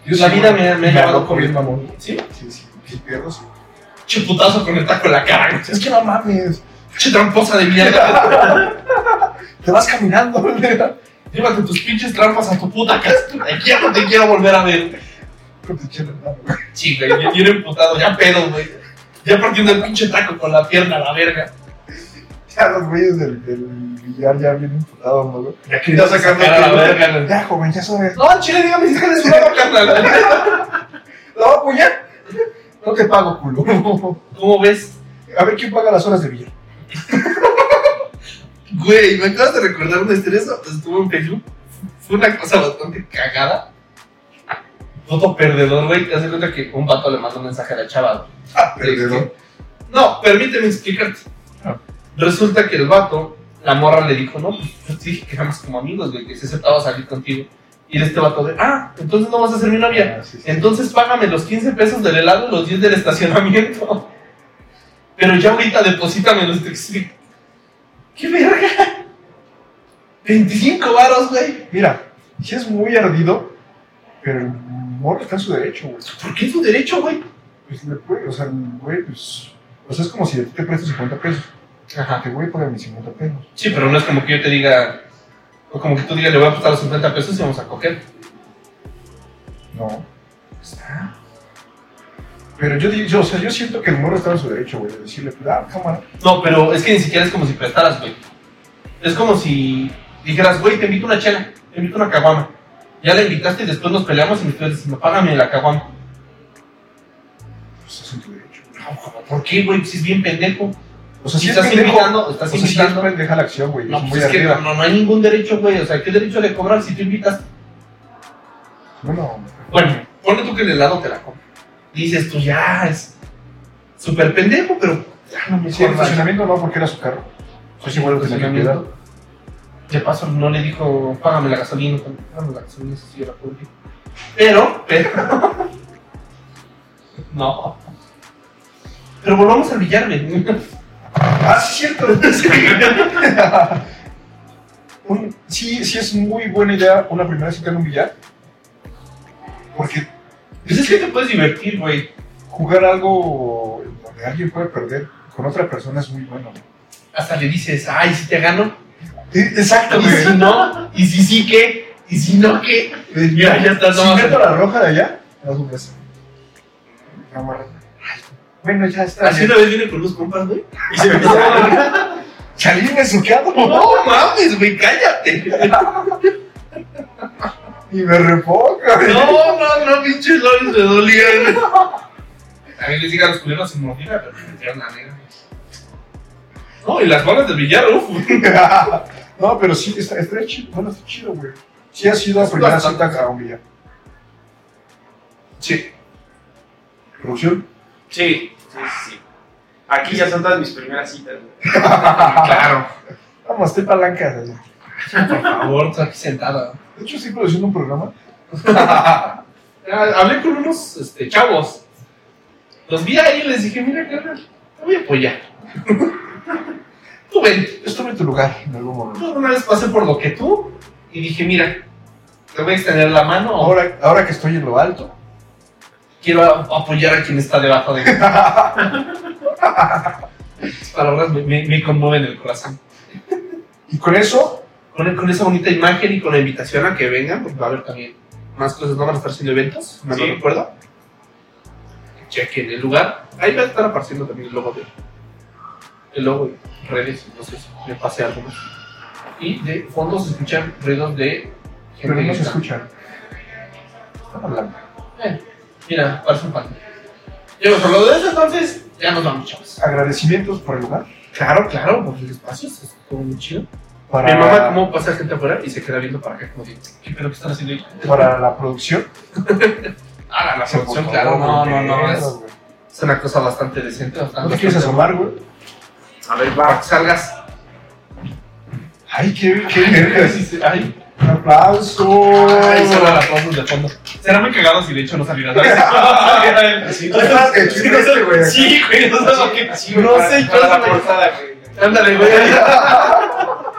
Yo La sí, vida güey. me, ha- me Me ha llevado arrojo con bien, el mamón. mamón. ¿Sí? Sí, sí, sí, pierdo, sí. Chiputazo con el taco en la cara. güey. Es que no mames, Che tramposa de mierda. te vas caminando, güey. Llévate tus pinches trampas a tu puta casa. Aquí ya no te quiero volver a ver. Con tu chela, no, güey. Sí, güey, me tiene emputado, ya pedo, güey. Ya partiendo el pinche taco con la pierna a la verga. Ya los güeyes del, del billar ya bien imputados, ¿no, güey. Ya quería sacarme a la el- verga, güey. Ya, joven, ya sabes. No, chile, dígame si tienes broma, carnal. ¿La va a apoyar? pues No te pago, culo. ¿Cómo ves? A ver quién paga las horas de billar. Güey, me acabas de recordar una historia, eso estuvo en Facebook. Fue una cosa bastante cagada. Voto perdedor, güey. Te das cuenta que un vato le manda un mensaje a la chava, güey. Ah, perdedor. No, permíteme explicarte. Ah. Resulta que el vato, la morra le dijo, no, pues yo te dije que éramos como amigos, güey, que se aceptaba salir contigo. Y este vato de, ah, entonces no vas a ser mi novia. Ah, Entonces págame los 15 pesos del helado y los 10 del estacionamiento. Pero ya ahorita deposítame los textiles. ¡Qué verga! 25 varos, güey. Mira, si es muy ardido, pero el morro está en su derecho, güey. ¿Por qué es tu derecho, güey? Pues le puede, o sea, el güey, pues. O sea, es como si a ti te presto 50 pesos. Ajá. Te voy a pagar mis 50 pesos. Sí, pero no es como que yo te diga, o como que tú digas, le voy a prestar los 50 pesos y vamos a coger. No. Está. Pero yo, di- yo, o sea, yo siento que el morro está en su derecho, güey, de decirle, pues, ah, cámara. No, pero es que ni siquiera es como si prestaras, güey. Es como si dijeras, güey, te invito una chela, te invito una caguama. Ya la invitaste y después nos peleamos y me estás diciendo, págame la caguama. Pues estás en tu derecho. No, como, ¿Por qué, güey? Si es bien pendejo. O sea, Si si estás pendejo- invitando, estás o sea, si invitando. pendeja la acción, güey. No, es pues muy es que arriba. no, no hay ningún derecho, güey. O sea, ¿qué derecho de cobrar si tú invitas? Bueno, Bueno, pone tú que el helado te la come. Dices tú, ya, es súper pendejo, pero ya no me sí, el acuerdo. estacionamiento no, porque era su carro. O sea, sí, igual lo tenía que quedar. De paso, no le dijo, págame la gasolina. cuando, Págame la gasolina, eso sí, yo la puedo ir". Pero, pero. no. Pero volvamos al billar, güey. Pues Ah, sí, es cierto. Un- sí, sí es muy buena idea una primera cita en un billar. Porque Pues es que te puedes divertir, güey. jugar algo donde alguien puede perder con otra persona es muy bueno. güey. Hasta le dices, ay, si te gano. Eh, Exacto, Y si no, y si sí, ¿qué? Y si no, ¿qué? Mira, Ya, ya estás Si nomás. meto la roja de allá, das un beso. No, morra. Ay, Bueno, ya está. Así una vez viene con unos compas, güey. Y se me dice, Chalín besuqueado. No mames, güey, cállate. Y me refoca. güey. No, no, no, pinche Loris me dolía, güey. A mí les diga a los culeros sin morir, pero me metieron la negra. No, y las bolas del billar, uff. no, pero sí, está, está chido. Bueno, está chido, güey. Sí ha sido la Es primera bastante. cita a un billar. Sí. ¿Producción? Sí, sí, sí, sí. Aquí ya son todas mis primeras citas, güey. Claro, Vamos, estoy palanca. güey. por favor, está aquí sentada. De hecho, estoy produciendo un programa. Ah, Hablé con unos este, chavos. Los vi ahí y les dije, mira, carnal, te voy a apoyar. tú ven. Yo estuve en tu lugar en algún momento. Yo Pues una vez pasé por lo que tú y dije, mira, te voy a extender la mano. Ahora Ahora, ahora que estoy en lo alto. quiero a- apoyar a quien está debajo de mí. Estas palabras me, me- me conmueven el corazón. Y con eso, Con, con esa bonita imagen y con la invitación a que vengan, porque va a haber también más cosas, no van a estar haciendo eventos, no Sí. lo recuerdo. Chequen el lugar, ahí va a estar apareciendo también el logo de el logo de redes, entonces me pasé algo más. Y de fondo se escuchan ruidos de pero no se gritando. escucha. Están hablando. Mira, parece un pan. Ya hemos hablado de eso, entonces ya nos vamos, chavos. Agradecimientos por el lugar. Claro, claro, pues el espacio es es todo muy chido. Para, Mi mamá, ¿cómo pasa gente afuera? Y se queda viendo para acá, como de, ¿qué pedo que están haciendo ahí? Para la producción. Ah, la producción, Por claro, no, favor, no, no. güey. Es, es una cosa bastante decente, ¿No bastante. te quieres asomar, güey? A ver, Para va. que salgas. Ay, qué, qué vergas. Ay, Un aplauso. ay, solo la aplausos de fondo. Será muy cagado si de hecho no saliera. ¿sabes? Sí, tú estabas que chiste, güey. Sí, güey, no sé por qué. No sé, yo para la no me- forzada, güey. Ándale, güey.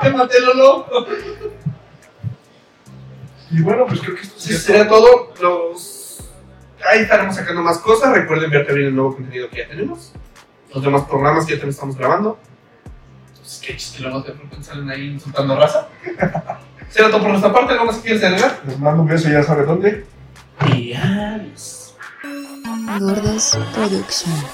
Quémate, Lolo. Y bueno, pues creo que esto Sí, sería todo. Los Ahí estaremos sacando más cosas. Recuerden ver también el nuevo contenido que ya tenemos. Los demás programas que ya también estamos grabando. Los sketches que luego de pronto salen ahí insultando raza. Será todo por nuestra parte. ¿Algo más que quieres agregar? Les mando un beso, ya saben dónde. Y adiós. Gordos Productions.